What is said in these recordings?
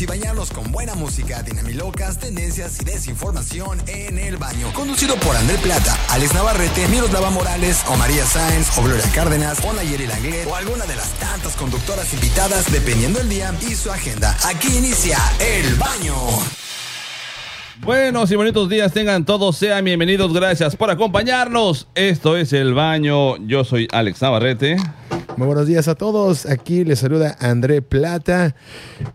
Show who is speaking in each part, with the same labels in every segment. Speaker 1: y bañarlos con buena música, dinamilocas, tendencias y desinformación en el baño. Conducido por André Plata, Alex Navarrete, Miroslava Morales o María Sáenz o Gloria Cárdenas o Nayeli Langlet o alguna de las tantas conductoras invitadas dependiendo el día y su agenda. Aquí inicia El Baño.
Speaker 2: Buenos y bonitos días tengan todos, sean bienvenidos, gracias por acompañarnos. Esto es El Baño, yo soy Alex Navarrete.
Speaker 3: Muy buenos días a todos, aquí les saluda André Plata.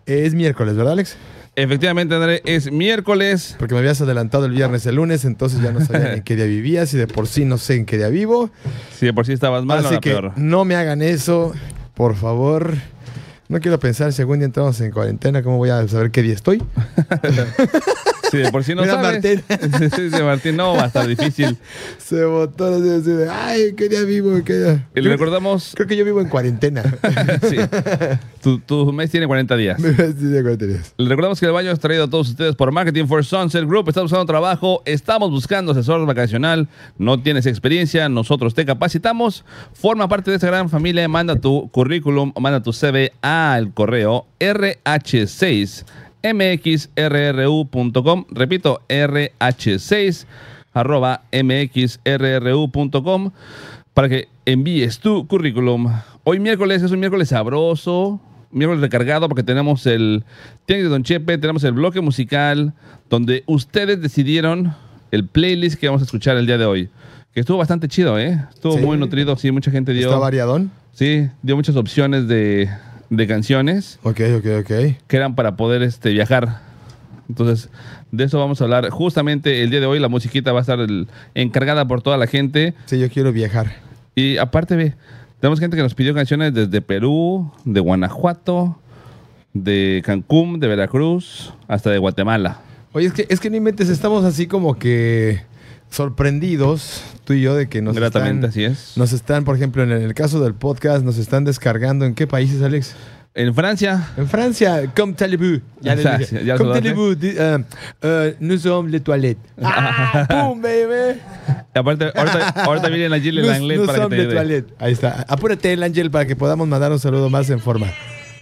Speaker 3: Eh, Es miércoles, ¿verdad Alex?
Speaker 2: Efectivamente, André, es miércoles.
Speaker 3: Porque me habías adelantado el viernes, el lunes, entonces ya no sabía en qué día vivías y de por sí no sé en qué día vivo.
Speaker 2: Si de por sí estabas mal,
Speaker 3: Así
Speaker 2: ahora
Speaker 3: que
Speaker 2: peor.
Speaker 3: no me hagan eso, por favor. No quiero pensar si algún día entramos en cuarentena, ¿cómo voy a saber qué día estoy?
Speaker 2: Si de por sí no
Speaker 3: Mira,
Speaker 2: sabes.
Speaker 3: Martín.
Speaker 2: Sí, sí, sí, Martín, no, va a estar difícil.
Speaker 3: Se botó así, así de, ay, qué día vivo, qué día.
Speaker 2: Y le recordamos,
Speaker 3: Creo que yo vivo en cuarentena.
Speaker 2: sí, tu, tu mes tiene 40 días.
Speaker 3: Me vestí de cuarentena.
Speaker 2: Les recordamos que el baño es traído a todos ustedes por Marketing for Sunset Group. Estás buscando trabajo, estamos buscando asesor vacacional, no tienes experiencia, nosotros te capacitamos. Forma parte de esta gran familia, manda tu currículum, o manda tu CV al correo rh6 mxrru.com. Repito, rh6 arroba mxrru.com para que envíes tu currículum. Hoy miércoles es un miércoles sabroso, miércoles recargado porque tenemos el Tianguis de Don Chepe, tenemos el bloque musical donde ustedes decidieron el playlist que vamos a escuchar el día de hoy. Que estuvo bastante chido, ¿eh? Estuvo
Speaker 3: Sí.
Speaker 2: muy nutrido, sí, mucha gente dio.
Speaker 3: ¿Está variadón?
Speaker 2: Sí, dio muchas opciones de, de canciones
Speaker 3: Ok, ok, ok.
Speaker 2: que eran para poder este, viajar. Entonces, de eso vamos a hablar justamente el día de hoy. La musiquita va a estar el- encargada por toda la gente.
Speaker 3: Sí, yo quiero viajar.
Speaker 2: Y aparte, ve, tenemos gente que nos pidió canciones desde Perú, de Guanajuato, de Cancún, de Veracruz, hasta de Guatemala.
Speaker 3: Oye, es que, es que no inventes, estamos así como que sorprendidos, tú y yo, de que nos
Speaker 2: Gratamente,
Speaker 3: están,
Speaker 2: así es.
Speaker 3: nos están, por ejemplo, en el caso del podcast, nos están descargando. ¿En qué países, Alex?
Speaker 2: En Francia,
Speaker 3: En Francia, comme Talibou.
Speaker 2: O sea, sí, ya
Speaker 3: Comme
Speaker 2: saludaste.
Speaker 3: Talibou, di- eh, eh, nous sommes les toilettes. ¡Ah! ¡Pum, baby!
Speaker 2: aparte, ahorita, ahorita viene la Gilles
Speaker 3: Nous-
Speaker 2: Langlet
Speaker 3: nous
Speaker 2: para que
Speaker 3: sommes
Speaker 2: te
Speaker 3: les
Speaker 2: ayude.
Speaker 3: toilettes. Ahí está. Apúrate, el Ángel, para que podamos mandar un saludo más en forma.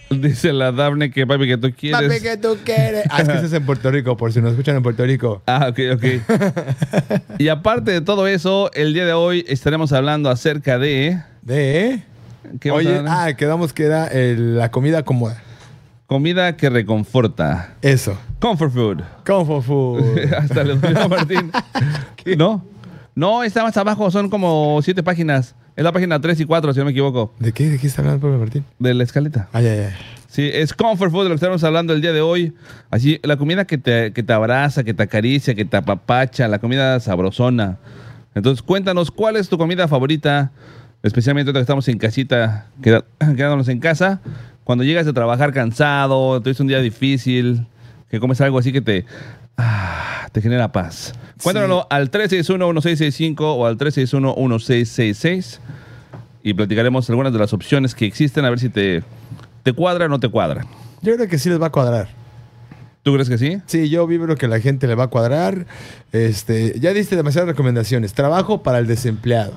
Speaker 2: Dice la Dafne que papi que tú quieres.
Speaker 3: Papi, que tú quieres. Ah, es que ese es en Puerto Rico, por si nos escuchan en Puerto Rico.
Speaker 2: Ah, ok, ok. y aparte de todo eso, el día de hoy estaremos hablando acerca de.
Speaker 3: De...
Speaker 2: ¿qué vamos a
Speaker 3: Oye,
Speaker 2: hablar?
Speaker 3: ah, quedamos que era eh, la comida cómoda.
Speaker 2: Comida que reconforta.
Speaker 3: Eso.
Speaker 2: Comfort food.
Speaker 3: Comfort food.
Speaker 2: Hasta le dolió a Martín. ¿No? No, está más abajo, son como siete páginas. Es la página 3 y 4, si no me equivoco,
Speaker 3: ¿De qué, ¿De qué está hablando Pablo Martín? Ah,
Speaker 2: de la escaleta.
Speaker 3: Ay, ay, ay.
Speaker 2: Sí, es comfort food de lo que estamos hablando el día de hoy. Así, la comida que te, que te abraza, que te acaricia, que te apapacha, la comida sabrosona. Entonces, cuéntanos, ¿cuál es tu comida favorita? Especialmente ahora que estamos en casita, queda- quedándonos en casa. Cuando llegas de trabajar cansado, tuviste un día difícil, que comes algo así que te, ah, te genera paz. Cuéntanoslo al 361-1665 o al 361-1666 y platicaremos algunas de las opciones que existen, a ver si te, te cuadra o no te cuadra.
Speaker 3: Yo creo que sí les va a cuadrar.
Speaker 2: ¿Tú crees que sí?
Speaker 3: Sí, yo vibro que la gente le va a cuadrar. Este, ya diste demasiadas recomendaciones. Trabajo para el desempleado.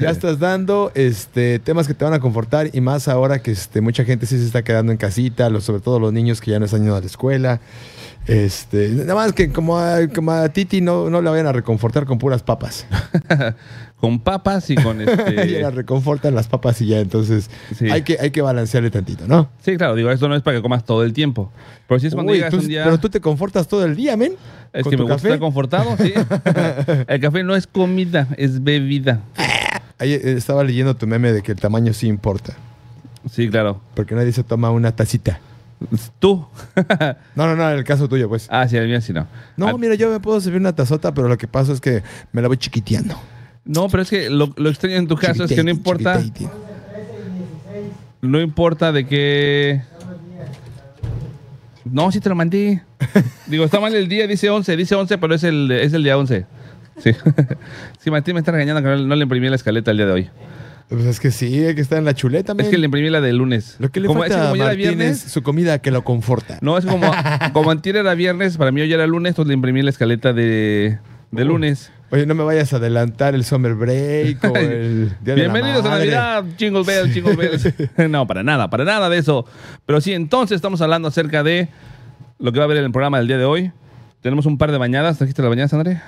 Speaker 3: Ya estás dando este, temas que te van a confortar y más ahora que este, mucha gente sí se está quedando en casita, los- sobre todo los niños que ya no están yendo a la escuela. Este, nada más que como a, como a Titi no, no la vayan a reconfortar con puras papas.
Speaker 2: Con papas y con
Speaker 3: Ella la
Speaker 2: este...
Speaker 3: reconfortan las papas y ya, entonces
Speaker 2: Sí.
Speaker 3: hay, que, hay que balancearle tantito, ¿no?
Speaker 2: Sí, claro, digo, esto no es para que comas todo el tiempo. Pero si es cuando
Speaker 3: Uy,
Speaker 2: llegas
Speaker 3: tú-
Speaker 2: un día...
Speaker 3: Pero tú te confortas todo el día, men.
Speaker 2: Es
Speaker 3: con
Speaker 2: que
Speaker 3: tu
Speaker 2: me gusta estar confortado, sí. El café no es comida, es bebida.
Speaker 3: Ahí, eh, estaba leyendo tu meme de que el tamaño sí importa,
Speaker 2: Sí, claro.
Speaker 3: porque nadie se toma una tacita.
Speaker 2: Tú.
Speaker 3: No, no, no, en el caso tuyo, pues.
Speaker 2: ah, sí, el mío sí no.
Speaker 3: No,
Speaker 2: Ah,
Speaker 3: mira, yo me puedo servir una tazota, pero lo que pasa es que me la voy chiquiteando.
Speaker 2: no, pero es que lo, lo extraño en tu caso es que no
Speaker 3: Chiquiteite,
Speaker 2: importa,
Speaker 3: chiquiteite.
Speaker 2: no importa de qué... No, sí te lo mandé. Digo, está mal el día, dice 11, dice 11, pero es el, es el día 11. Sí. sí, Martín me está regañando que no, no le imprimí la escaleta el día de hoy.
Speaker 3: Pues es que sí, hay que estar en la chuleta, men.
Speaker 2: Es que le imprimí la de lunes.
Speaker 3: Lo que le
Speaker 2: Como- es
Speaker 3: falta
Speaker 2: que
Speaker 3: a
Speaker 2: como ya era
Speaker 3: Martín
Speaker 2: viernes,
Speaker 3: es su comida que lo conforta.
Speaker 2: No, es como, como antier era viernes, para mí hoy era lunes, entonces le imprimí la escaleta de, de lunes.
Speaker 3: Oye, no me vayas a adelantar el summer break o el día de la
Speaker 2: Bienvenidos a
Speaker 3: madre.
Speaker 2: Navidad, jingle bells, jingle bells. no, para nada, para nada de eso. Pero sí, entonces estamos hablando acerca de lo que va a haber en el programa del día de hoy. Tenemos un par de bañadas. ¿Trajiste las bañadas, André?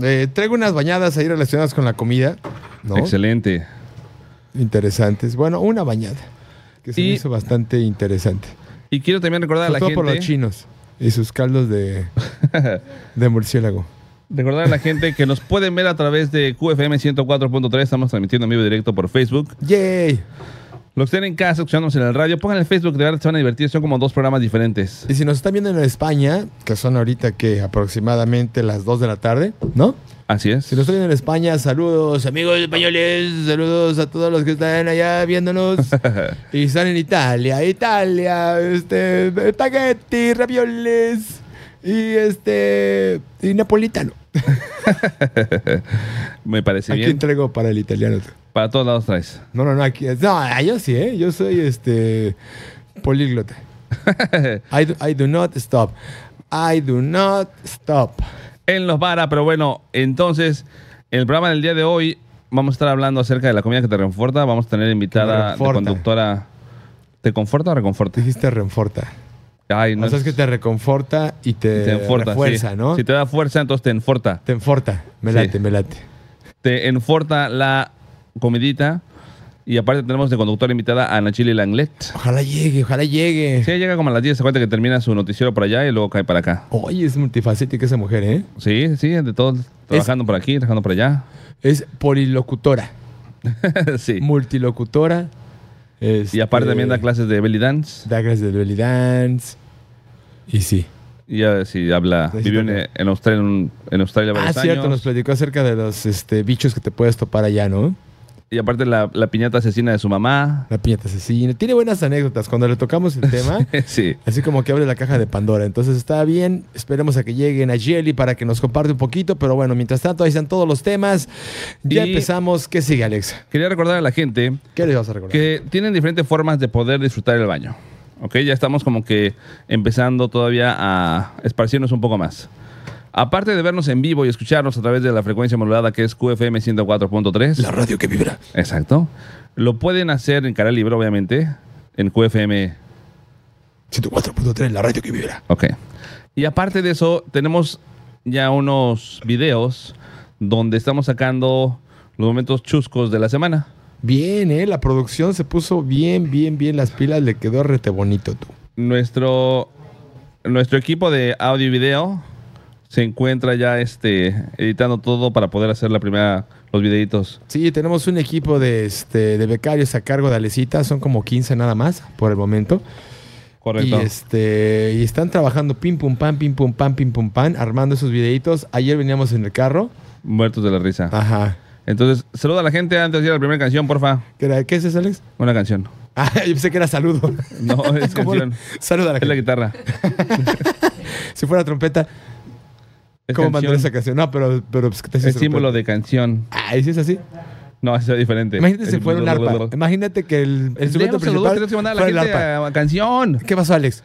Speaker 3: Eh, traigo unas bañadas ahí relacionadas con la comida. ¿no?
Speaker 2: Excelente.
Speaker 3: Interesantes. Bueno, una bañada. Que se me
Speaker 2: Y-
Speaker 3: hizo bastante interesante.
Speaker 2: Y quiero también recordar a
Speaker 3: Sobre
Speaker 2: la
Speaker 3: todo por los
Speaker 2: gente.
Speaker 3: chinos y sus caldos de, de murciélago.
Speaker 2: Recordar a la gente que nos pueden ver a través de QFM 104.3. Estamos transmitiendo en vivo directo por Facebook.
Speaker 3: ¡Yay!
Speaker 2: Los que estén en casa, escuchándonos en el radio, pongan el Facebook, de verdad se van a divertir. Son como dos programas diferentes.
Speaker 3: Y si nos están viendo en España, que son ahorita que aproximadamente las 2 de la tarde, ¿no?
Speaker 2: Así es.
Speaker 3: Si nos están viendo en España, saludos amigos españoles, saludos a todos los que están allá viéndonos. y están en Italia, Italia, este, espagueti, ravioles y este, y napolitano.
Speaker 2: Me parece
Speaker 3: Aquí
Speaker 2: bien.
Speaker 3: entrego para el italiano.
Speaker 2: Para todos lados traes.
Speaker 3: No, no, no, aquí. No, yo sí, ¿eh? Yo soy este. políglota. I do, I do not stop. I do not stop.
Speaker 2: en los vara, pero bueno, entonces, en el programa del día de hoy vamos a estar hablando acerca de la comida que te reconforta. Vamos a tener invitada de
Speaker 3: Reconforta.
Speaker 2: conductora. ¿Te conforta o reconforta?
Speaker 3: Dijiste reconforta.
Speaker 2: Ay,
Speaker 3: No,
Speaker 2: no.
Speaker 3: o sea, es que te reconforta y te,
Speaker 2: te enforta,
Speaker 3: refuerza,
Speaker 2: sí.
Speaker 3: ¿no?
Speaker 2: Si te da fuerza, entonces te enforta.
Speaker 3: Te enforta. Me
Speaker 2: Sí.
Speaker 3: late, me late.
Speaker 2: Te enforta la comidita. Y aparte tenemos de conductora invitada a Ana Chile Langlet.
Speaker 3: Ojalá llegue, ojalá llegue.
Speaker 2: Sí, ella llega como a las 10, se cuenta que termina su noticiero por allá y luego cae para acá.
Speaker 3: Oye, es multifacética esa mujer, ¿eh?
Speaker 2: Sí, sí, de todo, trabajando por aquí, trabajando por allá.
Speaker 3: Es polilocutora,
Speaker 2: sí.
Speaker 3: multilocutora. este,
Speaker 2: Y aparte también da clases de belly dance.
Speaker 3: Da clases de belly dance. Y sí.
Speaker 2: Y eh, sí, habla.
Speaker 3: Necesito
Speaker 2: Vivió en, eh,
Speaker 3: que-
Speaker 2: en Australia, en, en Australia
Speaker 3: Ah,
Speaker 2: varios
Speaker 3: cierto,
Speaker 2: años.
Speaker 3: nos platicó acerca de los este, bichos que te puedes topar allá, ¿no?
Speaker 2: Y aparte la, la piñata asesina de su mamá.
Speaker 3: La piñata asesina. Tiene buenas anécdotas cuando le tocamos el tema.
Speaker 2: sí.
Speaker 3: Así como que abre la caja de Pandora. Entonces está bien. Esperemos a que lleguen a Jelly para que nos comparte un poquito. Pero bueno, mientras tanto, ahí están todos los temas. Ya
Speaker 2: Y-
Speaker 3: empezamos. ¿Qué sigue, Alexa?
Speaker 2: Quería recordar a la gente
Speaker 3: ¿Qué les vas a recordar?
Speaker 2: que tienen diferentes formas de poder disfrutar el baño. ¿Ok? Ya estamos como que empezando todavía a esparcirnos un poco más. Aparte de vernos en vivo y escucharnos a través de la frecuencia modulada que es QFM 104.3.
Speaker 3: La radio que vibra.
Speaker 2: Exacto. Lo pueden hacer en Canal Libre, obviamente. En QFM
Speaker 3: 104.3, la radio que vibra.
Speaker 2: Ok. Y aparte de eso, tenemos ya unos videos donde estamos sacando los momentos chuscos de la semana.
Speaker 3: Bien, ¿eh? La producción se puso bien, bien, bien las pilas. Le quedó rete bonito, tú.
Speaker 2: Nuestro, nuestro equipo de audio y video se encuentra ya este, editando todo para poder hacer la primera, los videitos.
Speaker 3: Sí, tenemos un equipo de, este, de becarios a cargo de Alecita, son como 15 nada más por el momento. Y,
Speaker 2: Correcto.
Speaker 3: este, y están trabajando pim pum pam, pim pum pam, pim pum pam, armando esos videitos. Ayer veníamos en el carro.
Speaker 2: Muertos de la risa.
Speaker 3: Ajá.
Speaker 2: Entonces, saluda a la gente antes de ir a la primera canción, porfa.
Speaker 3: ¿Qué, era? ¿Qué es eso, Alex?
Speaker 2: Una canción.
Speaker 3: Ah, yo pensé que era saludo.
Speaker 2: No, es
Speaker 3: Como-
Speaker 2: canción.
Speaker 3: Saluda a la
Speaker 2: Es la
Speaker 3: gente.
Speaker 2: guitarra.
Speaker 3: Si fuera trompeta,
Speaker 2: Es,
Speaker 3: ¿cómo mandó esa
Speaker 2: canción.
Speaker 3: canción? No, pero, pero pues, ¿qué te
Speaker 2: es símbolo de canción.
Speaker 3: Ah, ¿y si es así?
Speaker 2: No, eso es diferente.
Speaker 3: Imagínate si
Speaker 2: Este, El-
Speaker 3: fuera un arpa. Imagínate que el, el
Speaker 2: Lee
Speaker 3: instrumento
Speaker 2: los saludos
Speaker 3: principal
Speaker 2: que tienes que mandar a la
Speaker 3: fuera el
Speaker 2: gente
Speaker 3: arpa.
Speaker 2: a canción.
Speaker 3: ¿Qué pasó, Alex?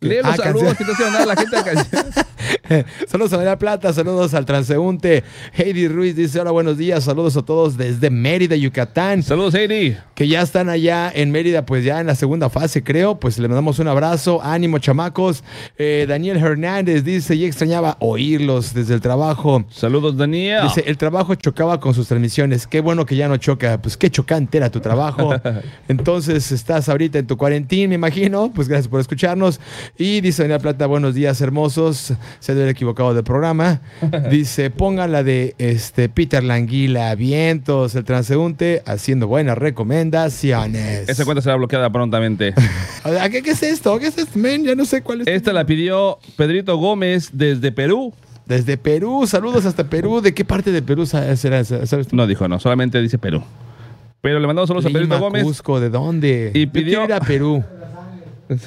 Speaker 2: Lee los
Speaker 3: Ah,
Speaker 2: saludos
Speaker 3: canción.
Speaker 2: que tienes que mandar a la gente a canción.
Speaker 3: saludos a María Plata, saludos al transeúnte. Heidi Ruiz dice: Hola, buenos días, saludos a todos desde Mérida, Yucatán.
Speaker 2: saludos, Heidi.
Speaker 3: Que ya están allá en Mérida, pues ya en la segunda fase, creo. Pues le mandamos un abrazo, ánimo, chamacos. Eh, Daniel Hernández dice: Ya extrañaba oírlos desde el trabajo.
Speaker 2: Saludos, Daniel.
Speaker 3: Dice, el trabajo chocaba con sus transmisiones. Qué bueno que ya no choca. Pues qué chocante era tu trabajo. Entonces estás ahorita en tu cuarentín, me imagino. Pues gracias por escucharnos. Y dice Daniel Plata, buenos días, hermosos. Se debe haber equivocado del programa. Dice, pongan la de este Peter Languila, vientos, el transeúnte, haciendo buenas recomendaciones.
Speaker 2: Esa cuenta será bloqueada prontamente.
Speaker 3: ¿A ¿Qué, ¿Qué es esto? ¿Qué es esto? Men, ya no sé cuál es.
Speaker 2: Esta la pidió Pedrito Gómez desde Perú.
Speaker 3: Desde Perú, saludos hasta Perú. ¿De qué parte de Perú sa- será? ¿Sabes tú?
Speaker 2: No dijo, no, solamente dice Perú. Pero le mandamos saludos a
Speaker 3: Lima,
Speaker 2: Pedrito Gómez.
Speaker 3: Cusco, ¿de dónde?
Speaker 2: Y
Speaker 3: Yo
Speaker 2: pidió-
Speaker 3: quiero ir a Perú.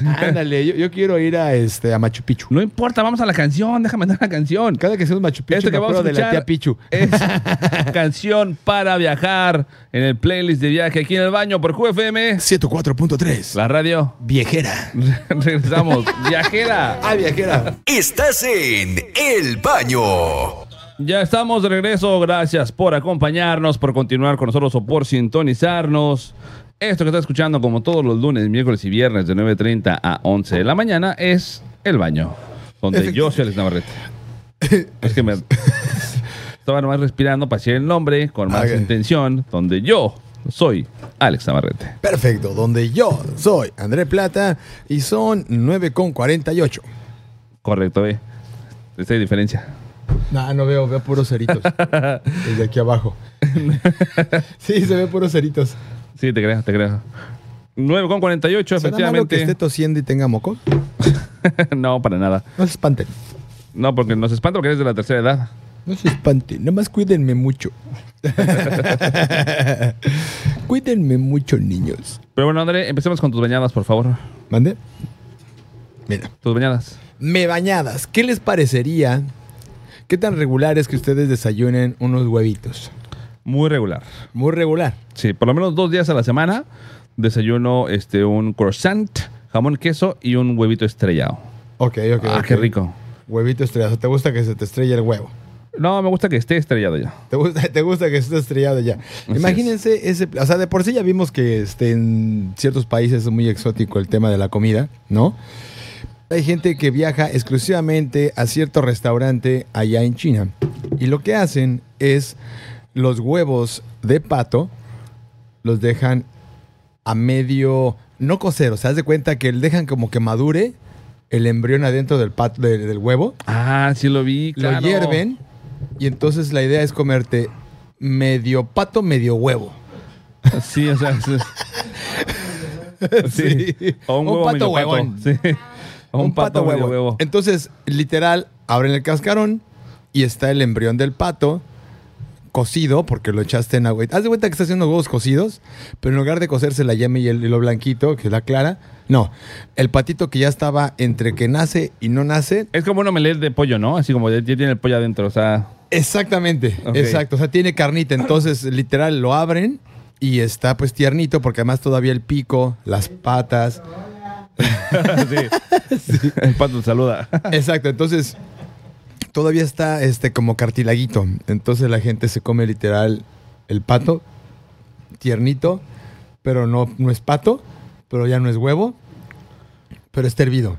Speaker 3: Ándale, yo, yo quiero ir a, este, a Machu Picchu.
Speaker 2: No importa, vamos a la canción, déjame mandar la canción.
Speaker 3: Cada que sea un Machu Picchu
Speaker 2: Esto
Speaker 3: me
Speaker 2: Este que vamos a
Speaker 3: acuerdo de la
Speaker 2: escuchar
Speaker 3: tía Pichu.
Speaker 2: es canción para viajar en el playlist de viaje aquí en el baño por QFM.
Speaker 3: 104.3.
Speaker 2: La radio.
Speaker 3: Viejera.
Speaker 2: Regresamos. Viajera.
Speaker 3: Ah, viajera.
Speaker 1: Estás en El Baño.
Speaker 2: Ya estamos de regreso. Gracias por acompañarnos, por continuar con nosotros o por sintonizarnos. Esto que está escuchando como todos los lunes, miércoles y viernes de 9.30 a 11 de la mañana es El baño. Donde yo soy Alex Navarrete. es que me. Estaba nomás respirando para decir el nombre con más
Speaker 3: Ok.
Speaker 2: intención. Donde yo soy Alex Navarrete.
Speaker 3: Perfecto, donde yo soy André Plata y son 9,48.
Speaker 2: Correcto, eh. Esta es la diferencia.
Speaker 3: No, no veo, veo puros ceritos. Desde aquí abajo. sí, se ve puros ceritos.
Speaker 2: Sí, te creo, te creo. 9 con 48,
Speaker 3: ¿Será malo que esté
Speaker 2: efectivamente.
Speaker 3: tosiendo y tenga mocos?
Speaker 2: no, para nada.
Speaker 3: No se espanten.
Speaker 2: No, porque nos espanta porque eres de la tercera edad.
Speaker 3: No se espanten. Nada más cuídenme mucho. cuídenme mucho, niños.
Speaker 2: Pero bueno, André, empecemos con tus bañadas, por favor.
Speaker 3: ¿Mande? Mira.
Speaker 2: Tus bañadas.
Speaker 3: Me bañadas. ¿Qué les parecería? ¿Qué tan regular es que ustedes desayunen unos huevitos?
Speaker 2: Muy regular.
Speaker 3: Muy regular.
Speaker 2: Sí, por lo menos dos días a la semana desayuno este, un croissant, jamón, queso y un huevito estrellado.
Speaker 3: Ok, ok.
Speaker 2: ah,
Speaker 3: ok.
Speaker 2: qué rico.
Speaker 3: Huevito estrellado. ¿Te gusta que se te estrelle el huevo?
Speaker 2: No, me gusta que esté estrellado ya.
Speaker 3: ¿Te gusta, te gusta que esté estrellado ya? Imagínense ese... O sea, de por sí ya vimos que este, en ciertos países es muy exótico el tema de la comida, ¿no? Hay gente que viaja exclusivamente a cierto restaurante allá en China. Y lo que hacen es los huevos de pato los dejan a medio... No cocer, o sea, haz de cuenta que le dejan como que madure el embrión adentro del, pato, del- del huevo
Speaker 2: Ah, sí lo vi.
Speaker 3: lo
Speaker 2: claro.
Speaker 3: hierven y entonces la idea es comerte medio pato, medio huevo.
Speaker 2: Sí, o sea. Sí. Sí. O un, huevo
Speaker 3: pato
Speaker 2: medio
Speaker 3: huevón.
Speaker 2: Sí. O un, pato, medio huevo.
Speaker 3: Entonces, literal, abren el cascarón y está el embrión del pato cocido porque lo echaste en agua. Haz de cuenta que estás haciendo huevos cocidos, pero en lugar de cocerse la yema y el hilo blanquito, que es la clara, no. El patito que ya estaba entre que nace y no nace,
Speaker 2: Es como un omelette de pollo, ¿no? Así como ya ya tiene el pollo adentro, o sea.
Speaker 3: Exactamente,
Speaker 2: Ok.
Speaker 3: exacto. O sea, tiene carnita, entonces literal lo abren y está pues tiernito porque además todavía el pico, las patas.
Speaker 2: sí. El pato te saluda.
Speaker 3: Exacto, entonces todavía está este como cartilaguito. Entonces la gente se come literal el pato tiernito, pero no no es pato, pero ya no es huevo, pero está hervido.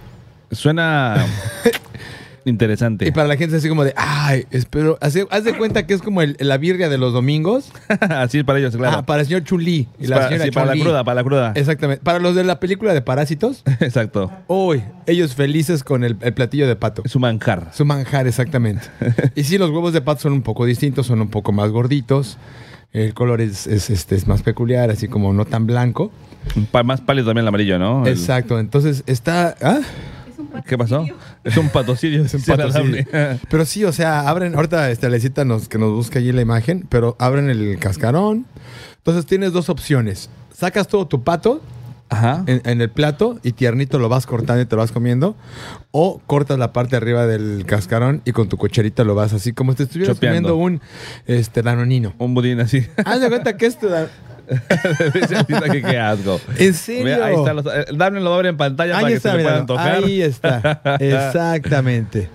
Speaker 2: Suena interesante.
Speaker 3: Y para la gente es así como de, ay, espero, así- haz de cuenta que es como el- la birria de los domingos,
Speaker 2: Así para ellos, claro.
Speaker 3: Ah, para el señor Chulí y
Speaker 2: Es
Speaker 3: la
Speaker 2: para,
Speaker 3: señora
Speaker 2: sí, para la
Speaker 3: Chun-Li.
Speaker 2: cruda, para la cruda.
Speaker 3: Ah. Exactamente. Para los de la película de Parásitos,
Speaker 2: Exacto.
Speaker 3: uy, ellos felices con el, el platillo de pato.
Speaker 2: Es un manjar.
Speaker 3: Su manjar, exactamente. Y sí, los huevos de pato son un poco distintos, son un poco más gorditos. El color es, es, este, es más peculiar, así como no tan blanco.
Speaker 2: Pa- más pálido también el amarillo, ¿no? El-
Speaker 3: Exacto. Entonces está. ¿ah?
Speaker 2: ¿Qué pasó? Es un patocidio.
Speaker 3: Es un pato, sí. Pero sí, o sea, abren. Ahorita este, Alecita nos, que nos busca allí la imagen, pero abren el cascarón. Entonces tienes dos opciones. Sacas todo tu pato
Speaker 2: Ajá.
Speaker 3: en, en el plato y tiernito lo vas cortando y te lo vas comiendo. O cortas la parte de arriba del cascarón y con tu cucharita lo vas así, como si te estuvieras
Speaker 2: Chopeando.
Speaker 3: comiendo un este, danonino.
Speaker 2: Un budín así.
Speaker 3: Haz de cuenta que este esto da-
Speaker 2: qué, qué asco.
Speaker 3: ¿En serio?
Speaker 2: Mira, ahí está. Los, eh, Darwin lo abre en pantalla para
Speaker 3: Ahí
Speaker 2: que
Speaker 3: está,
Speaker 2: se le
Speaker 3: mira,
Speaker 2: puedan tocar.
Speaker 3: ahí está. Exactamente.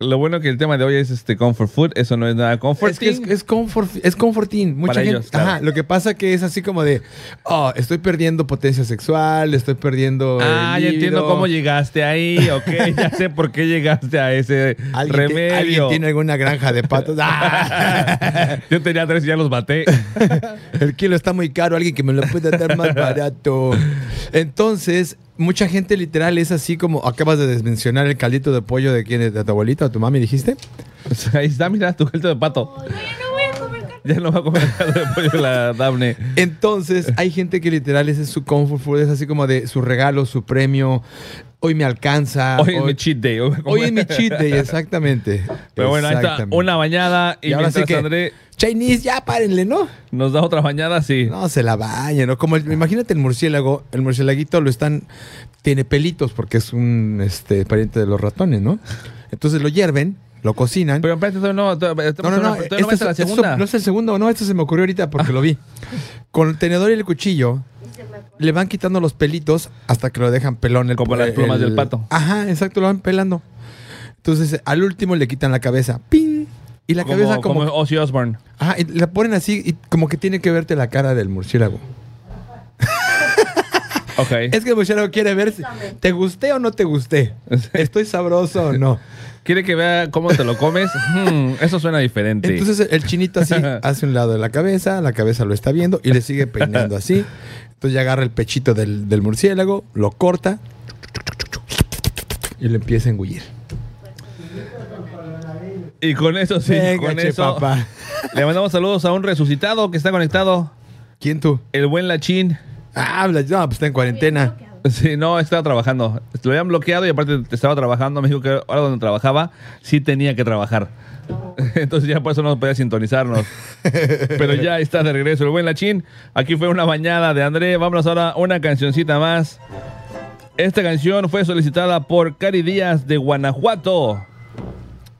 Speaker 2: Lo bueno que el tema de hoy es este comfort food. Eso no es nada comfort.
Speaker 3: Es, que es, es comfort, es comforting. Mucha
Speaker 2: Para
Speaker 3: gente-
Speaker 2: ellos, claro.
Speaker 3: ajá, lo que pasa que es así como de, oh, estoy perdiendo potencia sexual, estoy perdiendo. el
Speaker 2: Ah, ya entiendo
Speaker 3: líbido.
Speaker 2: cómo llegaste ahí, ok, ya sé por qué llegaste a ese
Speaker 3: ¿Alguien, ti-
Speaker 2: remedio.
Speaker 3: alguien tiene alguna granja de patos. ¡Ah!
Speaker 2: Yo tenía tres y ya los maté.
Speaker 3: El kilo está muy caro, alguien que me lo pueda dar más barato. Entonces, mucha gente literal es así como acabas de desmencionar el caldito de pollo de quién es, de tu abuelita o tu mami, dijiste.
Speaker 2: O sea, ahí está, mira, tu caldo de pato.
Speaker 4: No, yo no voy a comer carne.
Speaker 2: Ya no va a comer caldo de pollo la Dafne.
Speaker 3: Entonces, hay gente que literal ese es su comfort food, es así como de su regalo, su premio. Hoy me alcanza.
Speaker 2: Ah, Hoy es mi cheat day. Hoy, voy a
Speaker 3: hoy
Speaker 2: comer.
Speaker 3: es mi cheat day, exactamente.
Speaker 2: Pero bueno, ahí está
Speaker 3: Exactamente.
Speaker 2: una bañada y,
Speaker 3: Y ahora sí
Speaker 2: mientras
Speaker 3: que-
Speaker 2: André
Speaker 3: Chinese, ya párenle, ¿no?
Speaker 2: nos da otra bañada, sí.
Speaker 3: No, se la baña, ¿no? Como el- imagínate el murciélago, el murciélaguito lo están, tiene pelitos porque es un este, pariente de los ratones, ¿no? Entonces lo hierven, lo cocinan.
Speaker 2: Pero espérate, todavía no, todavía-
Speaker 3: no, no, no,
Speaker 2: todavía
Speaker 3: este
Speaker 2: no ves a la
Speaker 3: es- esto-
Speaker 2: segunda.
Speaker 3: no es el segundo, no, este se me ocurrió ahorita porque lo vi. Con el tenedor y el cuchillo le van quitando los pelitos hasta que lo dejan pelón. El,
Speaker 2: Como las
Speaker 3: el-
Speaker 2: plumas del pato.
Speaker 3: Ajá, exacto, lo van pelando. Entonces al último le quitan la cabeza, ¡ping! Y la cabeza como,
Speaker 2: como Ozzy Osbourne.
Speaker 3: Ajá, y la ponen así y como que tiene que verte la cara del murciélago.
Speaker 2: Ok.
Speaker 3: Es que el buchero quiere ver si te gusté o no te gusté. Estoy sabroso o no.
Speaker 2: ¿Quiere que vea cómo te lo comes? Hmm, eso suena diferente.
Speaker 3: Entonces el chinito así hace un lado de la cabeza, la cabeza lo está viendo y le sigue peinando así. Entonces ya agarra el pechito del, del murciélago, lo corta y lo empieza a engullir.
Speaker 2: y con eso sí,
Speaker 3: Venga,
Speaker 2: con
Speaker 3: che,
Speaker 2: eso.
Speaker 3: papá.
Speaker 2: Le mandamos saludos a un resucitado que está conectado,
Speaker 3: ¿Quién tú?
Speaker 2: el buen Lachín.
Speaker 3: Ah, habla, no, pues está en cuarentena.
Speaker 2: Sí, no, estaba trabajando. Lo habían bloqueado y aparte estaba trabajando. Me dijo que ahora donde trabajaba sí tenía que trabajar. Entonces ya por eso no podía sintonizarnos. Pero ya está de regreso el buen Lachín. Aquí fue una bañada de André. Vámonos ahora a una cancioncita más. Esta canción fue solicitada por Cari Díaz de Guanajuato.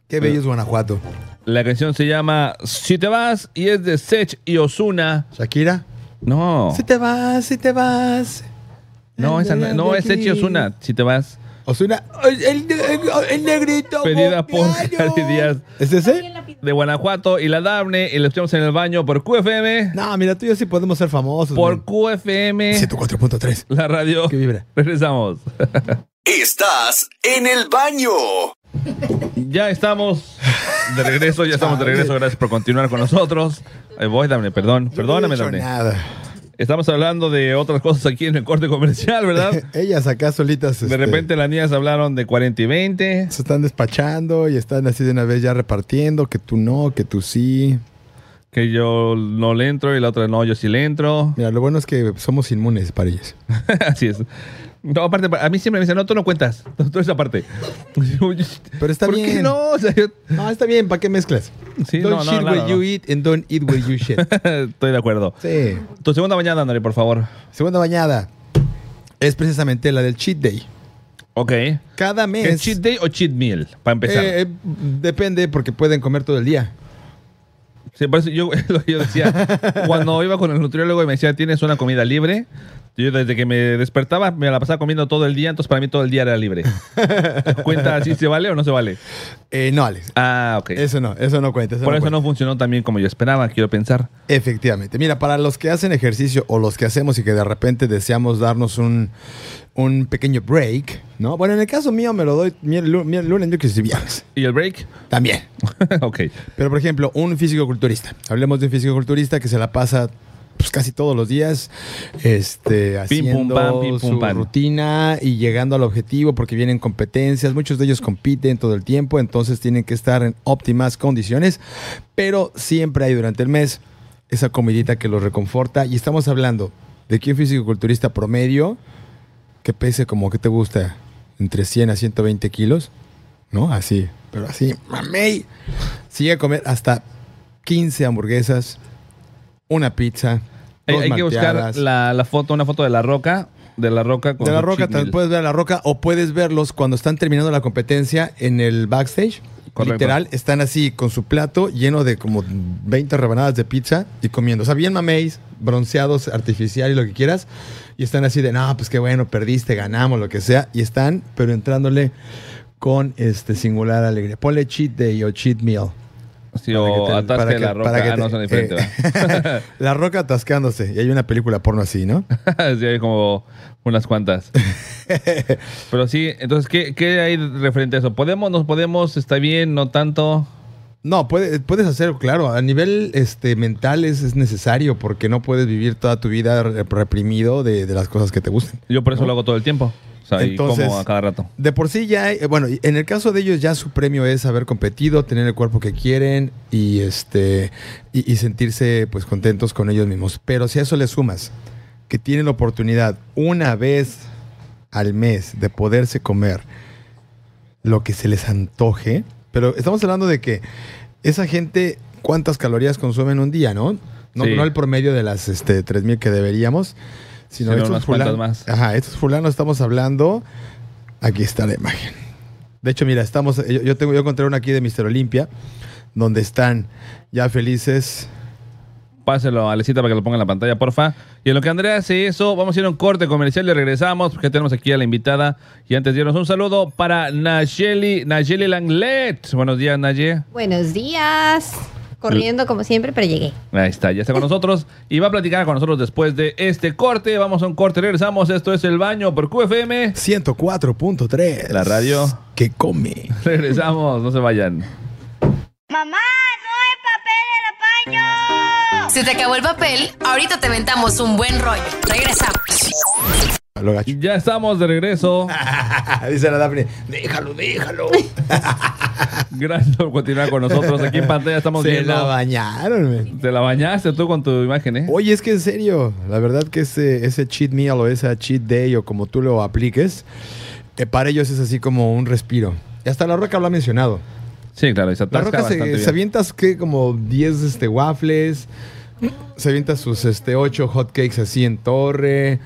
Speaker 3: Qué bello es Guanajuato.
Speaker 2: La canción se llama Si te vas y es de Sech y Osuna.
Speaker 3: Shakira.
Speaker 2: No,
Speaker 3: Si te vas, si te vas.
Speaker 2: Oh. no, esa no, no es Sech y Osuna. Si te vas.
Speaker 3: Osuna. El, el- el negrito.
Speaker 2: Pedida por
Speaker 3: cumpleaños.
Speaker 2: Cari Díaz.
Speaker 3: ¿Es ese?
Speaker 2: de Guanajuato y la Dafne y la escuchamos en el baño por QFM,
Speaker 3: No, mira, tú y yo sí podemos ser famosos.
Speaker 2: por
Speaker 3: man.
Speaker 2: QFM,
Speaker 3: 104.3.
Speaker 2: la radio.
Speaker 3: Que vibra.
Speaker 2: Regresamos.
Speaker 1: Estás en el baño.
Speaker 2: ya estamos de regreso, ya estamos de regreso. Gracias por continuar con nosotros. Ahí voy, Dafne, perdón. Perdóname,
Speaker 3: No he dicho
Speaker 2: Dafne.
Speaker 3: nada.
Speaker 2: Estamos hablando de otras cosas aquí en el corte comercial, ¿verdad?
Speaker 3: Ellas acá solitas.
Speaker 2: De
Speaker 3: este,
Speaker 2: repente las niñas hablaron de 40 y 20.
Speaker 3: Se están despachando y están así de una vez ya repartiendo que tú no, que tú sí.
Speaker 2: Que yo no le entro y la otra no, yo sí le entro.
Speaker 3: Mira, lo bueno es que somos inmunes para ellas.
Speaker 2: Así es. No, aparte, a mí siempre me dicen, no, tú no cuentas. Tú esa parte.
Speaker 3: Pero está
Speaker 2: ¿Por qué
Speaker 3: bien.
Speaker 2: no? O sea, yo-
Speaker 3: No, está bien, ¿para qué mezclas?
Speaker 2: Sí,
Speaker 3: don't
Speaker 2: no, no,
Speaker 3: shit
Speaker 2: claro,
Speaker 3: where
Speaker 2: no.
Speaker 3: you eat and don't eat where you shit.
Speaker 2: Estoy de acuerdo.
Speaker 3: sí.
Speaker 2: Tu segunda mañana, André, por favor.
Speaker 3: Segunda bañada es precisamente la del cheat day.
Speaker 2: Ok. ¿Es,
Speaker 3: Cada mes.
Speaker 2: cheat day o cheat meal? Para empezar.
Speaker 3: Eh, eh, depende porque pueden comer todo el día.
Speaker 2: Sí, por eso yo, lo que yo decía, cuando iba con el nutriólogo y me decía, tienes una comida libre. Yo desde que me despertaba me la pasaba comiendo todo el día, entonces para mí todo el día era libre. ¿Cuenta si se vale o no se vale?
Speaker 3: Eh, no, Alex.
Speaker 2: Ah, ok.
Speaker 3: Eso no, eso no cuenta.
Speaker 2: por eso
Speaker 3: cuenta.
Speaker 2: no funcionó tan bien como yo esperaba, quiero pensar.
Speaker 3: Efectivamente. Mira, para los que hacen ejercicio o los que hacemos y que de repente deseamos darnos un, un pequeño break, ¿no? Bueno, en el caso mío me lo doy mi- lu- mi- lunes, miércoles y viernes.
Speaker 2: ¿Y el break?
Speaker 3: También.
Speaker 2: ok.
Speaker 3: Pero, por ejemplo, un físico-culturista. Hablemos de un físico-culturista que se la pasa pues, casi todos los días este,
Speaker 2: Pim,
Speaker 3: haciendo
Speaker 2: pum, pam, pim, pum,
Speaker 3: su
Speaker 2: pam.
Speaker 3: rutina y llegando al objetivo porque vienen competencias. Muchos de ellos compiten todo el tiempo, entonces tienen que estar en óptimas condiciones. Pero siempre hay durante el mes esa comidita que los reconforta. Y estamos hablando de que un físico-culturista promedio que pese como que te gusta entre 100 a 120 kilos, ¿no? Así, pero así, mamey. Si llega a comer hasta 15 hamburguesas, una pizza,
Speaker 2: Hay,
Speaker 3: dos
Speaker 2: Eh, hay que buscar
Speaker 3: malteadas.
Speaker 2: la, la foto, una foto de la roca. De la roca con
Speaker 3: de la
Speaker 2: su
Speaker 3: roca,
Speaker 2: cheat
Speaker 3: tal-
Speaker 2: meal.
Speaker 3: puedes ver a la roca o puedes verlos cuando están terminando la competencia en el backstage.
Speaker 2: Correcto.
Speaker 3: Literal, están así con su plato lleno de como 20 rebanadas de pizza y comiendo. O sea, bien mameis, bronceados, artificial y lo que quieras. Y están así de, no, pues qué bueno, perdiste, ganamos, lo que sea. Y están, pero entrándole con este singular alegría. Ponle cheat day o cheat meal.
Speaker 2: Sí,
Speaker 3: Para
Speaker 2: o
Speaker 3: que te- para
Speaker 2: atasque de
Speaker 3: que-
Speaker 2: la
Speaker 3: para que
Speaker 2: roca. Ah,
Speaker 3: te-
Speaker 2: no, son diferentes.
Speaker 3: eh, la roca atascándose. Y hay una película porno así, ¿no?
Speaker 2: ¿verdad? sí, hay como unas cuantas. Pero sí, entonces, ¿qué, qué hay referente a eso? ¿Podemos, nos podemos? ¿Está bien? ¿No tanto?
Speaker 3: No, puede- puedes hacer, claro, a nivel este, mental es, es necesario porque no puedes vivir toda tu vida re- reprimido de, de las cosas que te gustan.
Speaker 2: Yo por eso lo hago todo el tiempo. O sea, y
Speaker 3: Entonces-
Speaker 2: como a cada rato.
Speaker 3: De por sí ya, hay- bueno, y en el caso de ellos ya su premio es haber competido, tener el cuerpo que quieren y, este, y, y sentirse pues contentos con ellos mismos. Pero si a eso le sumas que tienen la oportunidad una vez al mes de poderse comer lo que se les antoje, pero estamos hablando de que esa gente, ¿cuántas calorías consumen un día, no? No,
Speaker 2: Sí.
Speaker 3: no el promedio de las este, 3.000 que deberíamos, sino,
Speaker 2: Sino
Speaker 3: estos
Speaker 2: unas cuantas
Speaker 3: fulan-
Speaker 2: más.
Speaker 3: Ajá, estos fulanos estamos hablando. Aquí está la imagen. De hecho, mira, estamos. Yo, yo tengo, yo encontré una aquí de Mister Olimpia, donde están ya felices.
Speaker 2: Páselo a Alecita para que lo ponga en la pantalla, porfa. Y en lo que Andrea hace eso, vamos a ir a un corte comercial y regresamos porque tenemos aquí a la invitada. Y antes de irnos, un saludo para Nayeli, Nayeli Langlet. Buenos días, Nayeli.
Speaker 4: Buenos días. corriendo como siempre, pero llegué.
Speaker 2: Ahí está, ya está con nosotros y va a platicar con nosotros después de este corte. Vamos a un corte, regresamos. Esto es El Baño por QFM.
Speaker 3: 104.3.
Speaker 2: La radio.
Speaker 3: Que come.
Speaker 2: Regresamos, no se vayan.
Speaker 5: ¡Mamá! ¡No hay papel en el baño!
Speaker 6: Se te acabó el papel, ahorita te ventamos un buen rollo. Regresamos.
Speaker 3: Lo gacho.
Speaker 2: Ya estamos de regreso.
Speaker 3: Dice la Daphne, déjalo, déjalo.
Speaker 2: Gracias por continuar con nosotros. Aquí en pantalla estamos
Speaker 3: Se
Speaker 2: viendo.
Speaker 3: la bañaron, men.
Speaker 2: Te la bañaste tú con tu imagen, ¿eh?
Speaker 3: Oye, es que en serio, la verdad que ese, ese cheat meal o esa cheat day o como tú lo apliques, eh, para ellos es así como un respiro. Y hasta la roca lo ha mencionado.
Speaker 2: Sí, claro, y se
Speaker 3: La
Speaker 2: atasca
Speaker 3: roca
Speaker 2: bastante
Speaker 3: se,
Speaker 2: bien.
Speaker 3: se avientas que como 10 este, waffles, se avienta sus este, 8 hotcakes así en torre,